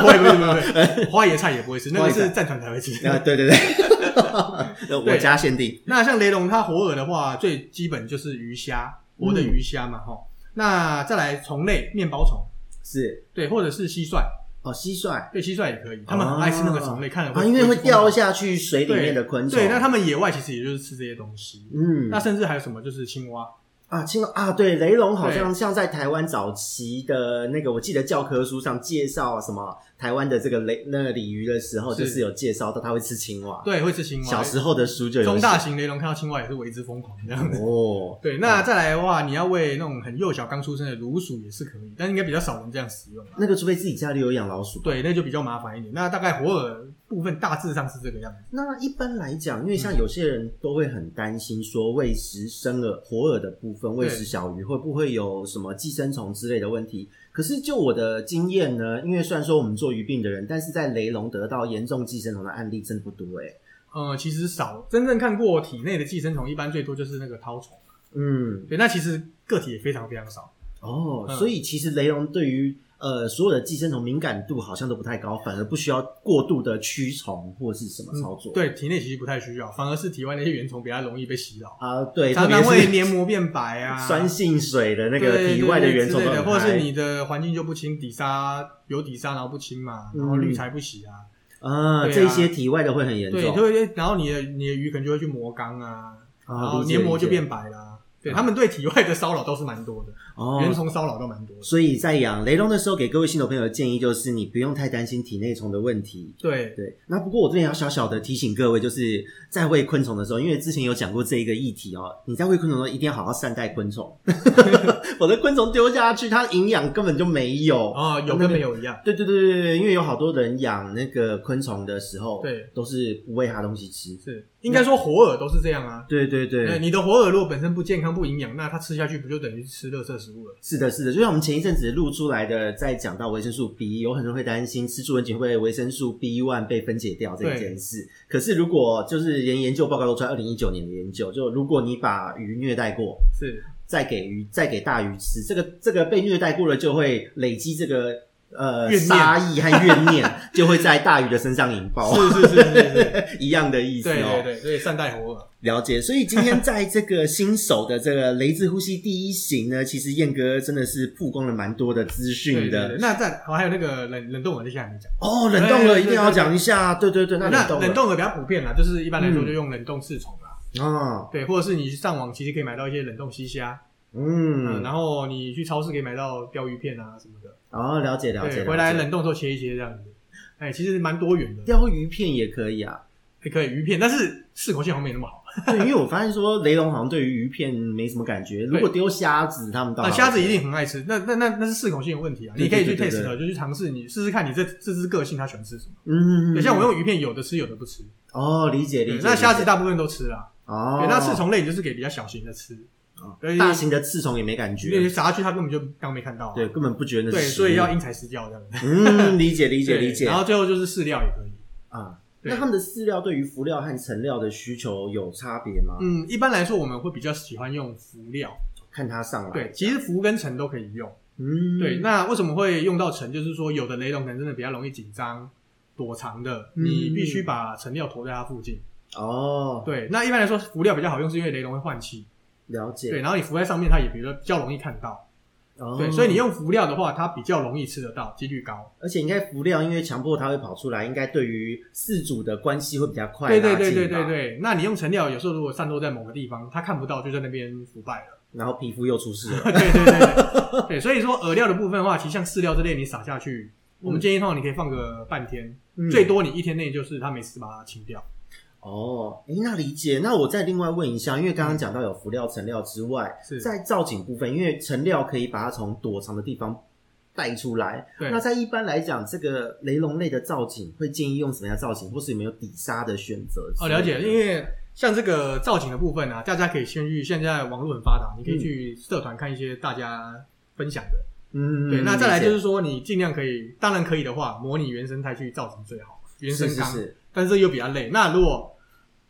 [SPEAKER 2] 不会不会不会，不会 [LAUGHS] 花椰菜也不会吃，那
[SPEAKER 1] 哎花
[SPEAKER 2] 个
[SPEAKER 1] 椰菜
[SPEAKER 2] 是战团才会吃。
[SPEAKER 1] 啊对对对，呃我家限定，
[SPEAKER 2] [LAUGHS] 那像雷龙它活饵的话，最基本就是鱼虾，活
[SPEAKER 1] 嗯
[SPEAKER 2] 的鱼虾嘛，哈、那再来虫类，面包虫，
[SPEAKER 1] 是
[SPEAKER 2] 对，或者是蟋蟀，
[SPEAKER 1] 哦，蟋蟀
[SPEAKER 2] 对，蟋蟀也可以，他们很爱吃那个虫类，看了会
[SPEAKER 1] 啊，因为会掉
[SPEAKER 2] 下
[SPEAKER 1] 下去水里面的昆虫，
[SPEAKER 2] 对，那他们野外其实也就是吃这些东西。
[SPEAKER 1] 嗯
[SPEAKER 2] 那甚至还有什么就是青蛙，
[SPEAKER 1] 啊，青龙啊，对，雷龙好像像在台湾早期的那个，我记得教科书上介绍什么台湾的这个雷那个鲤鱼的时候，
[SPEAKER 2] 是
[SPEAKER 1] 就是有介绍到它会吃青蛙，
[SPEAKER 2] 对，会吃青蛙。
[SPEAKER 1] 小时候的书就有
[SPEAKER 2] 中大
[SPEAKER 1] 写
[SPEAKER 2] 型雷龙看到青蛙也是为之疯狂这样子。
[SPEAKER 1] 哦，
[SPEAKER 2] 对，那再来的话，你要喂那种很幼小刚出生的乳鼠也是可以，但应该比较少人这样使用啦。啊
[SPEAKER 1] 那个除非自己家里有养老鼠。
[SPEAKER 2] 对，那就比较麻烦一点。那大概活饵部分大致上是这个样子。
[SPEAKER 1] 那一般来讲，因为像有些人都会很担心说喂食生饵、活饵的部分，喂食小鱼会不会有什么寄生虫之类的问题？可是就我的经验呢，因为虽然说我们做鱼病的人，但是在雷龙得到严重寄生虫的案例真的不多哎、
[SPEAKER 2] 呃，其实少真正看过体内的寄生虫，一般最多就是那个绦虫。
[SPEAKER 1] 嗯，
[SPEAKER 2] 对，那其实个体也非常非常少。
[SPEAKER 1] 哦，
[SPEAKER 2] 嗯
[SPEAKER 1] 所以其实雷龙对于呃所有的寄生虫敏感度好像都不太高，反而不需要过度的驱虫或是什么嗯操作。
[SPEAKER 2] 对，体内其实不太需要，反而是体外那些原虫比较容易被洗脑，
[SPEAKER 1] 啊，对，特
[SPEAKER 2] 常
[SPEAKER 1] 别
[SPEAKER 2] 常会
[SPEAKER 1] 是
[SPEAKER 2] 黏膜变白啊，
[SPEAKER 1] 酸性水的那
[SPEAKER 2] 那
[SPEAKER 1] 个体外的原虫都
[SPEAKER 2] 的，
[SPEAKER 1] 很
[SPEAKER 2] 或者是
[SPEAKER 1] 嗨
[SPEAKER 2] 你的环境就不清，底沙有底沙然后不清嘛，然后
[SPEAKER 1] 嗯
[SPEAKER 2] 滤材不洗啊，
[SPEAKER 1] 啊，
[SPEAKER 2] 对啊
[SPEAKER 1] 这些体外的会很严
[SPEAKER 2] 对，就
[SPEAKER 1] 重。
[SPEAKER 2] 会然后你的你的鱼可能就会去磨缸啊，
[SPEAKER 1] 啊
[SPEAKER 2] 然后
[SPEAKER 1] 理解
[SPEAKER 2] 黏膜就
[SPEAKER 1] 理解
[SPEAKER 2] 变白啦。对他们对体外的骚扰都是蛮多的，原
[SPEAKER 1] 哦。
[SPEAKER 2] 虫骚扰都蛮多的。
[SPEAKER 1] 所以在养雷龙的时候，给各位新手朋友的建议就是，你不用太担心体内虫的问题。
[SPEAKER 2] 对，
[SPEAKER 1] 对，那不过我这边要小小的提醒各位，就是在喂昆虫的时候，因为之前有讲过这一个议题哦，你在喂昆虫的时候一定要好好善待昆
[SPEAKER 2] [LAUGHS]
[SPEAKER 1] 虫，否则昆虫丢下去，它营养根本就没有。
[SPEAKER 2] 啊，有跟没有一样。
[SPEAKER 1] 对对对对对，因为有好多人养那个昆虫的时候，
[SPEAKER 2] 对，
[SPEAKER 1] 都是不喂它东西吃。
[SPEAKER 2] 是，应该说活饵都是这样啊。
[SPEAKER 1] 对对对，
[SPEAKER 2] 呃，你的活饵如果本身不健康、不营养，那它吃下去不就等于吃垃圾食物了？
[SPEAKER 1] 是的，是的，就像我们前一阵子录出来的，在讲到维生素 B，有很多人会担心吃助人菌会不会维生素 B one 被分解掉这
[SPEAKER 2] 对
[SPEAKER 1] 件事。可是如果就是连研究报告都出来，二零一九年的研究，就如果你把鱼虐待过，
[SPEAKER 2] 是，
[SPEAKER 1] 再给鱼再给大鱼吃，这个这个被虐待过了就会累积这个呃
[SPEAKER 2] 怨念
[SPEAKER 1] 杀意和怨念，就会在大鱼的身上引爆，
[SPEAKER 2] 是是是是是，
[SPEAKER 1] 一样的 [LAUGHS] 意思
[SPEAKER 2] 对
[SPEAKER 1] 哦
[SPEAKER 2] 对。对，所以善待活饵。
[SPEAKER 1] 了解，所以今天在这个新手的这个雷之呼吸第一型呢，其实燕哥真的是曝光了蛮多的资
[SPEAKER 2] 对
[SPEAKER 1] 讯
[SPEAKER 2] 对对，
[SPEAKER 1] 的
[SPEAKER 2] 那再还有那个冷冷冻饵，接下来没讲。
[SPEAKER 1] 哦。冷冻了
[SPEAKER 2] 对对
[SPEAKER 1] 一定要讲一下，对对对，那冷
[SPEAKER 2] 那
[SPEAKER 1] 冻
[SPEAKER 2] 冷
[SPEAKER 1] 了
[SPEAKER 2] 冻饵比较普遍啦，就是一般来说
[SPEAKER 1] 嗯
[SPEAKER 2] 就用冷冻刺虫啦。
[SPEAKER 1] 啊，
[SPEAKER 2] 对，或者是你去上网其实可以买到一些冷冻西虾，嗯，
[SPEAKER 1] 嗯，
[SPEAKER 2] 然后你去超市可以买到鲷鱼片啊什么的，
[SPEAKER 1] 哦，了解了解，
[SPEAKER 2] 对，
[SPEAKER 1] 了解
[SPEAKER 2] 回来冷冻之后切一切这样子，哎，其实蛮多元的。 [LAUGHS]
[SPEAKER 1] 鲷鱼片也可以啊，
[SPEAKER 2] 哎、还可以鱼片，但是适口性好像没那么好。
[SPEAKER 1] 对，因为我发现说雷龙好像对于鱼片没什么感觉，如果丢虾子，他们倒
[SPEAKER 2] 那
[SPEAKER 1] 好
[SPEAKER 2] 啊虾子一定很爱吃，那那那那是适口性的问题啊，
[SPEAKER 1] 对
[SPEAKER 2] 你可以
[SPEAKER 1] 对
[SPEAKER 2] 去
[SPEAKER 1] 对对
[SPEAKER 2] test，就去尝试，你试试看你这这只个性它喜欢吃什么。
[SPEAKER 1] 嗯，
[SPEAKER 2] 对，像我用鱼片，有的吃，有的不吃。
[SPEAKER 1] 哦，理解理
[SPEAKER 2] 对，
[SPEAKER 1] 解。
[SPEAKER 2] 那虾
[SPEAKER 1] 理
[SPEAKER 2] 子
[SPEAKER 1] 解
[SPEAKER 2] 大部分都吃啦。
[SPEAKER 1] 哦
[SPEAKER 2] 对，，那刺虫类你就是给比较小型的吃，对
[SPEAKER 1] 大型的刺虫也没感
[SPEAKER 2] 因为
[SPEAKER 1] 觉，
[SPEAKER 2] 撒下去它根本就当没看到啊。
[SPEAKER 1] 对，根本不觉得那是
[SPEAKER 2] 对，
[SPEAKER 1] 食物
[SPEAKER 2] 所以要因材施教这样子。
[SPEAKER 1] 嗯，理解理解
[SPEAKER 2] 对
[SPEAKER 1] 理解
[SPEAKER 2] 然后最后就是饲料也可以。
[SPEAKER 1] 啊。
[SPEAKER 2] 对
[SPEAKER 1] 那他们的饲料对于辅料和成料的需求有差别吗？
[SPEAKER 2] 嗯，一般来说我们会比较喜欢用浮料。
[SPEAKER 1] 看它上来，
[SPEAKER 2] 对，其实浮跟沉都可以用。
[SPEAKER 1] 嗯，
[SPEAKER 2] 对，那为什么会用到沉？就是说有的雷龙可能真的比较容易紧张。躲藏的，
[SPEAKER 1] 嗯
[SPEAKER 2] 你必须把沉料投在它附近。
[SPEAKER 1] 哦，
[SPEAKER 2] 对，那一般来说浮料比较好用，是因为雷龙会换气。
[SPEAKER 1] 了
[SPEAKER 2] 对，
[SPEAKER 1] 解，
[SPEAKER 2] 然后你浮在上面，它也比较比较容易看到。
[SPEAKER 1] 哦
[SPEAKER 2] 对，所以你，用浮料的话，它比较容易吃得到，几率高。
[SPEAKER 1] 而且应该辅料，因为强迫它会跑出来，应该对于饲主的关系会比较快
[SPEAKER 2] 对对对
[SPEAKER 1] 拉近
[SPEAKER 2] 对
[SPEAKER 1] 吧
[SPEAKER 2] 对，对，那你用沉料，有时候如果散落在某个地方，它看不到，就在那边腐败了。 [LAUGHS]
[SPEAKER 1] 然后皮肤又出事了，
[SPEAKER 2] 对对对对，对，所以说饵料的部分的话，其实像饲料之类，你撒下去，我们建议通常你可以放个半天，
[SPEAKER 1] 嗯
[SPEAKER 2] 最多你一天内就是它没事把它清掉。
[SPEAKER 1] 哦，诶，那理解。那我再另外问一下，因为刚刚讲到有辅料、成料之外，
[SPEAKER 2] 是
[SPEAKER 1] 在造景部分，因为成料可以把它从躲藏的地方带出来。
[SPEAKER 2] 对
[SPEAKER 1] 那在一般来讲，这个雷龙类的造景会建议用什么样的造景，或是有没有底沙的选择之
[SPEAKER 2] 哦，
[SPEAKER 1] 类的？
[SPEAKER 2] 了解，因为。像这个造景的部分啊，大家可以先去，现在网络很发达，你可以去社团看一些大家分享的。
[SPEAKER 1] 嗯，
[SPEAKER 2] 对，那再来就
[SPEAKER 1] 理
[SPEAKER 2] 是说，你尽量可以，当然可以的话，模拟原生态去造成最好，原
[SPEAKER 1] 解是
[SPEAKER 2] 生
[SPEAKER 1] 是
[SPEAKER 2] 缸，
[SPEAKER 1] 是，
[SPEAKER 2] 但是又比较累。那如果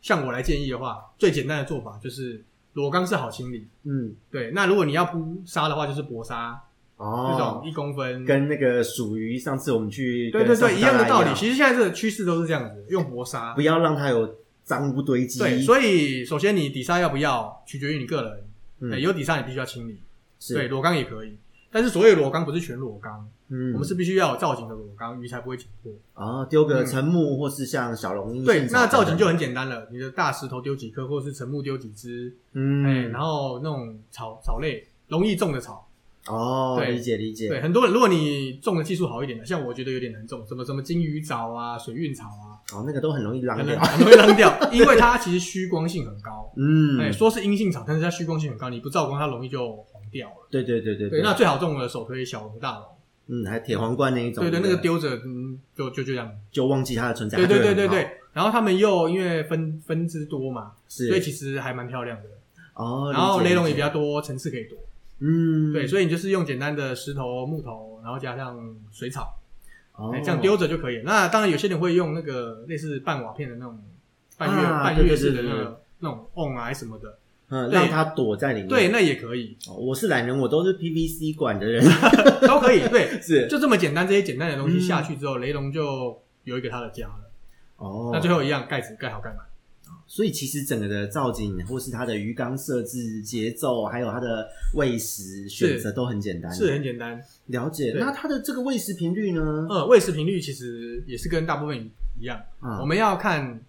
[SPEAKER 2] 像我来建议的话，最简单的做法就是裸缸是好清理。
[SPEAKER 1] 嗯，
[SPEAKER 2] 对，那如果你要铺沙的话，就是薄沙、这
[SPEAKER 1] 哦
[SPEAKER 2] 种，一公分。
[SPEAKER 1] 跟那个属于上次我们去
[SPEAKER 2] 对对
[SPEAKER 1] 跟
[SPEAKER 2] 对，
[SPEAKER 1] 上
[SPEAKER 2] 一样的
[SPEAKER 1] 大
[SPEAKER 2] 道
[SPEAKER 1] 家
[SPEAKER 2] 理。其实现在这个趋势都是这样子，用薄沙
[SPEAKER 1] 不。要让它有脏污堆积。
[SPEAKER 2] 对，所以首先你底沙要不要，取决于你个人。哎
[SPEAKER 1] 嗯
[SPEAKER 2] 对，有底沙你必须要清理。
[SPEAKER 1] 是
[SPEAKER 2] 对，裸缸也可以，但是所谓的裸缸不是全裸缸，
[SPEAKER 1] 嗯，
[SPEAKER 2] 我们是必须要有造型的裸缸，鱼才不会紧迫。
[SPEAKER 1] 啊，丢个
[SPEAKER 2] 嗯
[SPEAKER 1] 沉木或是像小龙鹰
[SPEAKER 2] 对
[SPEAKER 1] 现，场
[SPEAKER 2] 那
[SPEAKER 1] 等等，
[SPEAKER 2] 造景就很简单了，你的大石头丢几颗，或者是沉木丢几只，哎、
[SPEAKER 1] 嗯，
[SPEAKER 2] 然后那种草草类容易种的草，
[SPEAKER 1] 哦，
[SPEAKER 2] 对
[SPEAKER 1] 理解理解，
[SPEAKER 2] 对，很多人如果你种的技术好一点的，像我觉得有点难种，什么什么金鱼藻啊、水韵草啊，
[SPEAKER 1] 哦，那个都很容易浪
[SPEAKER 2] 很
[SPEAKER 1] 掉
[SPEAKER 2] 难，很容易扔掉，因为它其实虚光性很高，
[SPEAKER 1] [LAUGHS] 嗯，
[SPEAKER 2] 哎、说是阴性草，但是它虚光性很高，你不照光它容易就黄掉了。
[SPEAKER 1] 对对对对
[SPEAKER 2] 对，那最好种的手推小龙大龙，
[SPEAKER 1] 嗯，还铁皇冠那一种，
[SPEAKER 2] 对对，那个
[SPEAKER 1] 不
[SPEAKER 2] 丢着，嗯，就就就这样，
[SPEAKER 1] 就忘记它的存在，
[SPEAKER 2] 对对
[SPEAKER 1] 它就会
[SPEAKER 2] 对对
[SPEAKER 1] 很好，
[SPEAKER 2] 对，然后他们又因为分分支多嘛，所
[SPEAKER 1] 是
[SPEAKER 2] 以其实还蛮漂亮的。
[SPEAKER 1] 哦，
[SPEAKER 2] 然后
[SPEAKER 1] 理解
[SPEAKER 2] 雷龙也比，
[SPEAKER 1] 理解
[SPEAKER 2] 较多，层次可以多。
[SPEAKER 1] 嗯，
[SPEAKER 2] 对，所以你就是用简单的石头、木头，然后加上水草，
[SPEAKER 1] 哦
[SPEAKER 2] 哎这样丢着就可以了。那当然，有些人会用那个类似半瓦片的那种半月、
[SPEAKER 1] 啊
[SPEAKER 2] 半月式
[SPEAKER 1] 对
[SPEAKER 2] 的
[SPEAKER 1] 对
[SPEAKER 2] 那
[SPEAKER 1] 对对
[SPEAKER 2] 个那种瓮啊什么的，
[SPEAKER 1] 嗯，
[SPEAKER 2] 对
[SPEAKER 1] 让它躲在里面，
[SPEAKER 2] 对，那也可以，
[SPEAKER 1] 哦，我是懒人，我都是 PVC 管
[SPEAKER 2] [LAUGHS]
[SPEAKER 1] 的人，
[SPEAKER 2] 都可以。
[SPEAKER 1] [LAUGHS]
[SPEAKER 2] 对，
[SPEAKER 1] 是
[SPEAKER 2] 就这么简单，这些简单的东西
[SPEAKER 1] 嗯
[SPEAKER 2] 下去之后，雷龙就有一个它的家了。
[SPEAKER 1] 哦，
[SPEAKER 2] 那最后一样，盖子盖好盖满。
[SPEAKER 1] 所以其实整个的造景或是它的鱼缸设置、节奏，还有它的喂食选择都很简单，
[SPEAKER 2] 是很简单，
[SPEAKER 1] 了解。
[SPEAKER 2] 对
[SPEAKER 1] 那它的这个喂食频率呢？
[SPEAKER 2] 呃，喂食频率其实也是跟大部分一一样，
[SPEAKER 1] 啊
[SPEAKER 2] 我们要看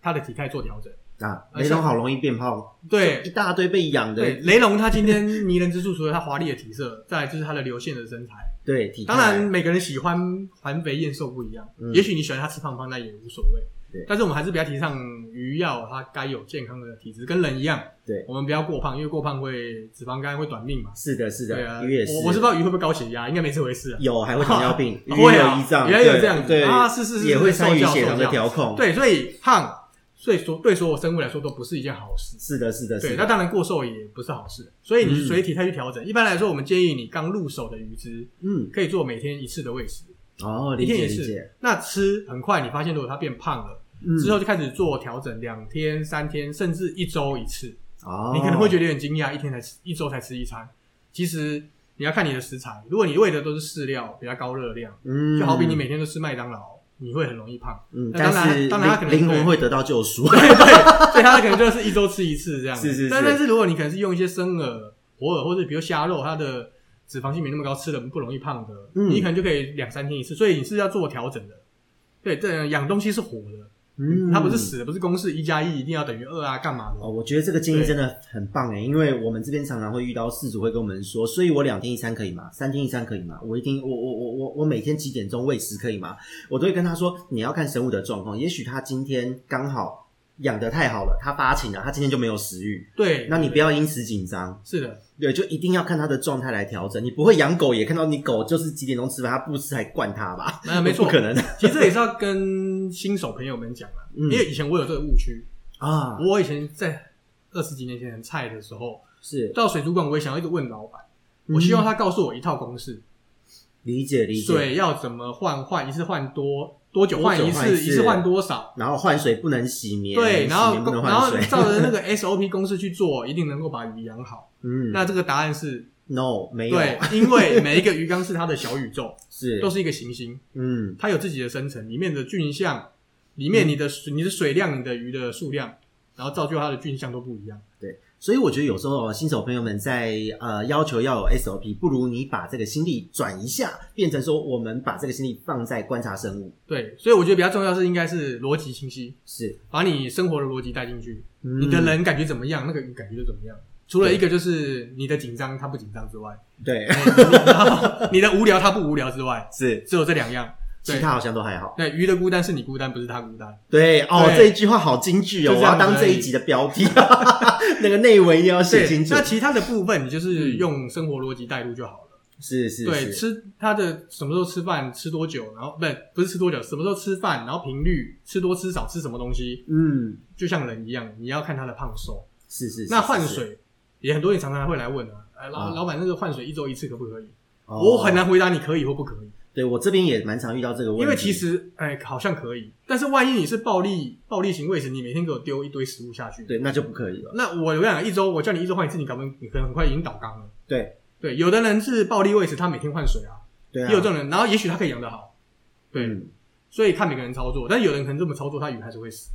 [SPEAKER 2] 它的体态做调整。
[SPEAKER 1] 啊，
[SPEAKER 2] 嗯呃
[SPEAKER 1] 雷龙
[SPEAKER 2] 像
[SPEAKER 1] 好容易变胖，
[SPEAKER 2] 对
[SPEAKER 1] 一，大堆被养的
[SPEAKER 2] 对，，雷龙他今天迷人之处，除了他华丽的体色，再来就是他的流线的身材。
[SPEAKER 1] 对，体态
[SPEAKER 2] 当然，每个人喜欢环肥燕瘦不一样，
[SPEAKER 1] 嗯
[SPEAKER 2] 也许你喜欢他吃胖胖，那也无所
[SPEAKER 1] 对
[SPEAKER 2] 谓。但是我们还是比较提倡鱼要有它该有健康的体质，跟人一样。
[SPEAKER 1] 对
[SPEAKER 2] 我们不要过胖，因为过胖会脂肪肝会短命嘛。
[SPEAKER 1] 是的，是
[SPEAKER 2] 对
[SPEAKER 1] 的，
[SPEAKER 2] 啊，
[SPEAKER 1] 鱼也是，
[SPEAKER 2] 我我是不知道鱼会不会高血压，应该没这回事啊。
[SPEAKER 1] 有还会糖尿病，鱼
[SPEAKER 2] 啊
[SPEAKER 1] 有
[SPEAKER 2] [LAUGHS] 会啊
[SPEAKER 1] 胰脏，
[SPEAKER 2] 原来有
[SPEAKER 1] 对
[SPEAKER 2] 这样子
[SPEAKER 1] 对
[SPEAKER 2] 啊是是是
[SPEAKER 1] 也会参与
[SPEAKER 2] 受教
[SPEAKER 1] 血糖的
[SPEAKER 2] 受教
[SPEAKER 1] 调控，，
[SPEAKER 2] 对，所以胖，所以说对所有生物来说都不是一件好事。
[SPEAKER 1] 是的，是的，嗯
[SPEAKER 2] 对，
[SPEAKER 1] 是
[SPEAKER 2] 那
[SPEAKER 1] 的，
[SPEAKER 2] 当然过瘦也不是好事，所以你是随体态去调整。一般来说，我们建议你刚入手的鱼只
[SPEAKER 1] 嗯，
[SPEAKER 2] 可以做每天一次的喂食，
[SPEAKER 1] 哦，
[SPEAKER 2] 一
[SPEAKER 1] 理
[SPEAKER 2] 天
[SPEAKER 1] 解
[SPEAKER 2] 一
[SPEAKER 1] 理解
[SPEAKER 2] 次。。那吃很快，你发现如果它变胖了，
[SPEAKER 1] 嗯
[SPEAKER 2] 之后就开始做调整，两天、三天，甚至一周一次。
[SPEAKER 1] 哦，
[SPEAKER 2] 你可能会觉得有点惊讶，一天才吃，一周才吃一餐。其实你要看你的食材，如果你喂的都是饲料，比较高热量，
[SPEAKER 1] 嗯，
[SPEAKER 2] 就好比你每天都吃麦当劳，你会很容易胖。
[SPEAKER 1] 嗯，
[SPEAKER 2] 那
[SPEAKER 1] 但
[SPEAKER 2] 当然
[SPEAKER 1] 是
[SPEAKER 2] 当然它啊可能
[SPEAKER 1] 灵灵魂
[SPEAKER 2] 对
[SPEAKER 1] 会得到救赎，
[SPEAKER 2] 所以它可能就是一周吃一次这样。
[SPEAKER 1] 是是是
[SPEAKER 2] 但但是如果你可能是用一些生饵、活饵，或者比如虾肉，它的脂肪性没那么高，吃的不容易胖的，
[SPEAKER 1] 嗯
[SPEAKER 2] 你可能就可以两三天一次。所以你是要做调整的。对，这样养东西是活的，
[SPEAKER 3] 嗯
[SPEAKER 2] 它不是死的，不是公式一加一一定要等于二啊，干嘛的？
[SPEAKER 1] 哦，我觉得这个建议真的很棒哎，因为我们这边常常会遇到事主会跟我们说，所以我两天一餐可以吗？三天一餐可以吗？我一定，我我我我我每天几点钟喂食可以吗？我都会跟他说，你要看生物的状况，也许他今天刚好养得太好了，他发情了，他今天就没有食欲，
[SPEAKER 2] 对，
[SPEAKER 1] 那你不
[SPEAKER 2] 要
[SPEAKER 1] 要因此紧张，
[SPEAKER 2] 是的，
[SPEAKER 1] 对，就一定要看他的状态来调整。你不会养狗也看到你狗就是几点钟吃饭，它不吃还惯它吧？
[SPEAKER 2] 那没错
[SPEAKER 1] 不可
[SPEAKER 2] [LAUGHS]
[SPEAKER 1] 能
[SPEAKER 2] 其实这也是要跟新手朋友们讲啊，
[SPEAKER 1] 嗯
[SPEAKER 2] 因为以前我有这个误区，
[SPEAKER 1] 啊，
[SPEAKER 2] 我以前在二十几年前很菜的时候，
[SPEAKER 1] 是嗯
[SPEAKER 2] 到水族馆我也想要一直问老板，我希望他告诉我一套公式，
[SPEAKER 1] 理解理解。
[SPEAKER 2] 水要怎么换，换一次换多多久
[SPEAKER 1] 多久
[SPEAKER 2] 换一
[SPEAKER 1] 换一
[SPEAKER 2] 次，
[SPEAKER 1] 次
[SPEAKER 2] 一次换多少？
[SPEAKER 1] 然后换水不能洗棉，
[SPEAKER 2] 对，然
[SPEAKER 1] 洗棉不
[SPEAKER 2] 后
[SPEAKER 1] 能
[SPEAKER 2] 然
[SPEAKER 1] 换
[SPEAKER 2] 后
[SPEAKER 1] 水。
[SPEAKER 2] 照
[SPEAKER 1] [LAUGHS]
[SPEAKER 2] 着那个 SOP 公式去做，一定能够把鱼养好。
[SPEAKER 1] 嗯，
[SPEAKER 2] 那这个答案是
[SPEAKER 1] no 没有， [LAUGHS]
[SPEAKER 2] 对，因为每一个鱼缸是它的小宇宙，
[SPEAKER 1] 是
[SPEAKER 2] 都是一个行星，
[SPEAKER 1] 嗯
[SPEAKER 2] 它有自己的生成，里面的菌相，里面你的水你的水量、你的鱼的数量，然后造就它的菌相都不一样。
[SPEAKER 1] 对，所以我觉得有时候新手朋友们在呃要求要有 SOP，不如你把这个心力转一下，变成说我们把这个心力放在观察生物，
[SPEAKER 2] 对，所以我觉得比较重要是应该是逻辑清晰，
[SPEAKER 1] 是
[SPEAKER 2] 把你生活的逻辑带进去，
[SPEAKER 1] 嗯
[SPEAKER 2] 你的人感觉怎么样，那个鱼感觉就怎么样。除了一个就是你的紧张，他不紧张之
[SPEAKER 1] [LAUGHS]
[SPEAKER 2] 外，
[SPEAKER 1] 对
[SPEAKER 2] 然后你的无聊，他不无聊之外，
[SPEAKER 1] 是，
[SPEAKER 2] 只有这两样。
[SPEAKER 1] 其
[SPEAKER 2] 对
[SPEAKER 1] 他好像都还好。
[SPEAKER 2] 对，鱼的孤单是你孤单，不是他孤单。
[SPEAKER 1] 对哦
[SPEAKER 2] 对
[SPEAKER 1] 这一句话好金句哦，我
[SPEAKER 2] 就这样
[SPEAKER 1] 要
[SPEAKER 2] 子
[SPEAKER 1] 当这一集的标题， [LAUGHS] 那个内文一定要写清楚
[SPEAKER 2] 那。其他的部分，你就是用生活逻辑带入就好了。
[SPEAKER 1] 是嗯是
[SPEAKER 2] 对，
[SPEAKER 1] 是，
[SPEAKER 2] 吃他的什么时候吃饭，吃多久，然后不是不是吃多久，什么时候吃饭，然后频率，吃多吃少，吃什么东西，
[SPEAKER 1] 嗯，
[SPEAKER 2] 就像人一样，你要看他的胖瘦。
[SPEAKER 1] 是是。是
[SPEAKER 2] 那换，
[SPEAKER 1] 是
[SPEAKER 2] 水也很多人常常会来问啊，哎老
[SPEAKER 1] 啊
[SPEAKER 2] 老板那个换水一周一次可不可以？
[SPEAKER 1] 哦
[SPEAKER 2] 我很难回答你可以或不可以，
[SPEAKER 1] 对我这边也蛮常遇到这个问题，
[SPEAKER 2] 因为其实哎好像可以，但是万一你是暴力暴力型喂食，你每天给我丢一堆食物下去，
[SPEAKER 1] 对那就不可以了。
[SPEAKER 2] 那我有讲一周，我叫你一周换一次，你搞不你可能很快已经倒缸了。
[SPEAKER 1] 对
[SPEAKER 2] 对，有的人是暴力喂食，他每天换水啊，
[SPEAKER 1] 对啊，
[SPEAKER 2] 也有这种人，然后也许他可以养得好，对，
[SPEAKER 1] 嗯
[SPEAKER 2] 所以看每个人操作，但有人可能这么操作，他鱼还是
[SPEAKER 1] [LAUGHS]
[SPEAKER 2] 会死。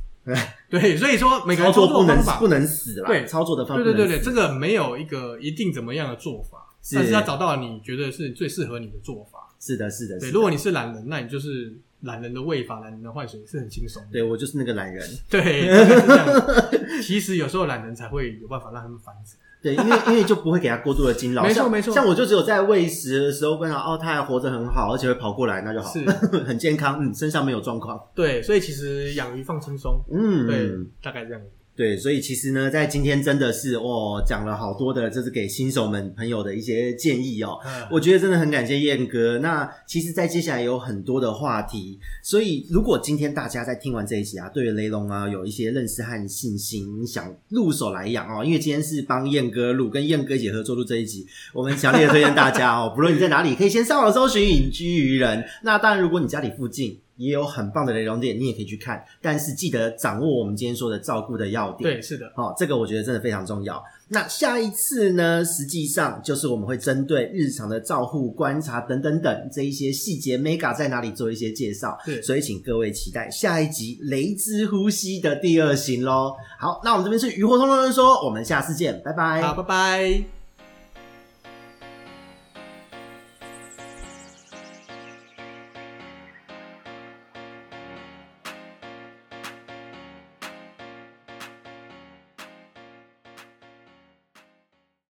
[SPEAKER 2] 对，所以说每个
[SPEAKER 1] 操
[SPEAKER 2] 人操
[SPEAKER 1] 作不
[SPEAKER 2] 作
[SPEAKER 1] 能
[SPEAKER 2] 方法，
[SPEAKER 1] 不能死啦，
[SPEAKER 2] 对
[SPEAKER 1] 操作的方法
[SPEAKER 2] 对对对对，这个没有一个一定怎么样的做法，
[SPEAKER 1] 是
[SPEAKER 2] 但是要找到你觉得是最适合你的做法。
[SPEAKER 1] 是的，是的，
[SPEAKER 2] 对，
[SPEAKER 1] 是的。
[SPEAKER 2] 如果你是懒人，那你就是懒人的喂法，懒人的换水是很轻松的。
[SPEAKER 1] 对我就是那个懒人，
[SPEAKER 2] 对，大概是这
[SPEAKER 1] [LAUGHS]
[SPEAKER 2] 样子其实有时候懒人才会有办法让他们繁殖。
[SPEAKER 1] 对，因为因为就不会给他过度的惊扰，
[SPEAKER 2] [LAUGHS] 没错
[SPEAKER 1] 像
[SPEAKER 2] 没错
[SPEAKER 1] 像我就只有在喂食的时候观察，哦，他还活着很好，而且会跑过来，那就好，
[SPEAKER 2] 是，
[SPEAKER 1] [LAUGHS] 很健康，嗯，身上没有状况，
[SPEAKER 2] 对，所以其实养鱼放轻松，
[SPEAKER 1] 嗯，
[SPEAKER 2] 对，大概这样。
[SPEAKER 1] 对，所以其实呢，在今天真的是哦，讲了好多的，这是给新手们朋友的一些建议哦。
[SPEAKER 2] 嗯
[SPEAKER 1] 我觉得真的很感谢燕哥。那其实，在接下来有很多的话题，所以如果今天大家在听完这一集啊，对于雷龙啊有一些认识和信心，你想入手来养哦，因为今天是帮燕哥录，跟燕哥一起合作录这一集，我们强烈的推荐大家哦，不论你在哪里，可以先上网搜寻“隐居渔人”。那当然，如果你家里附近也有很棒的雷龙店，你也可以去看，但是记得掌握我们今天说的照顾的要点。
[SPEAKER 2] 对，是的，
[SPEAKER 1] 哦，这个我觉得真的非常重要。那下一次呢，实际上就是我们会针对日常的照护、观察等等等这一些细节，mega 在哪里做一些介绍。
[SPEAKER 2] 是
[SPEAKER 1] 所以请各位期待下一集《雷之呼吸》的第二型喽。好，那我们这边是鱼活通通人说，我们下次见，拜拜。
[SPEAKER 2] 好，拜拜。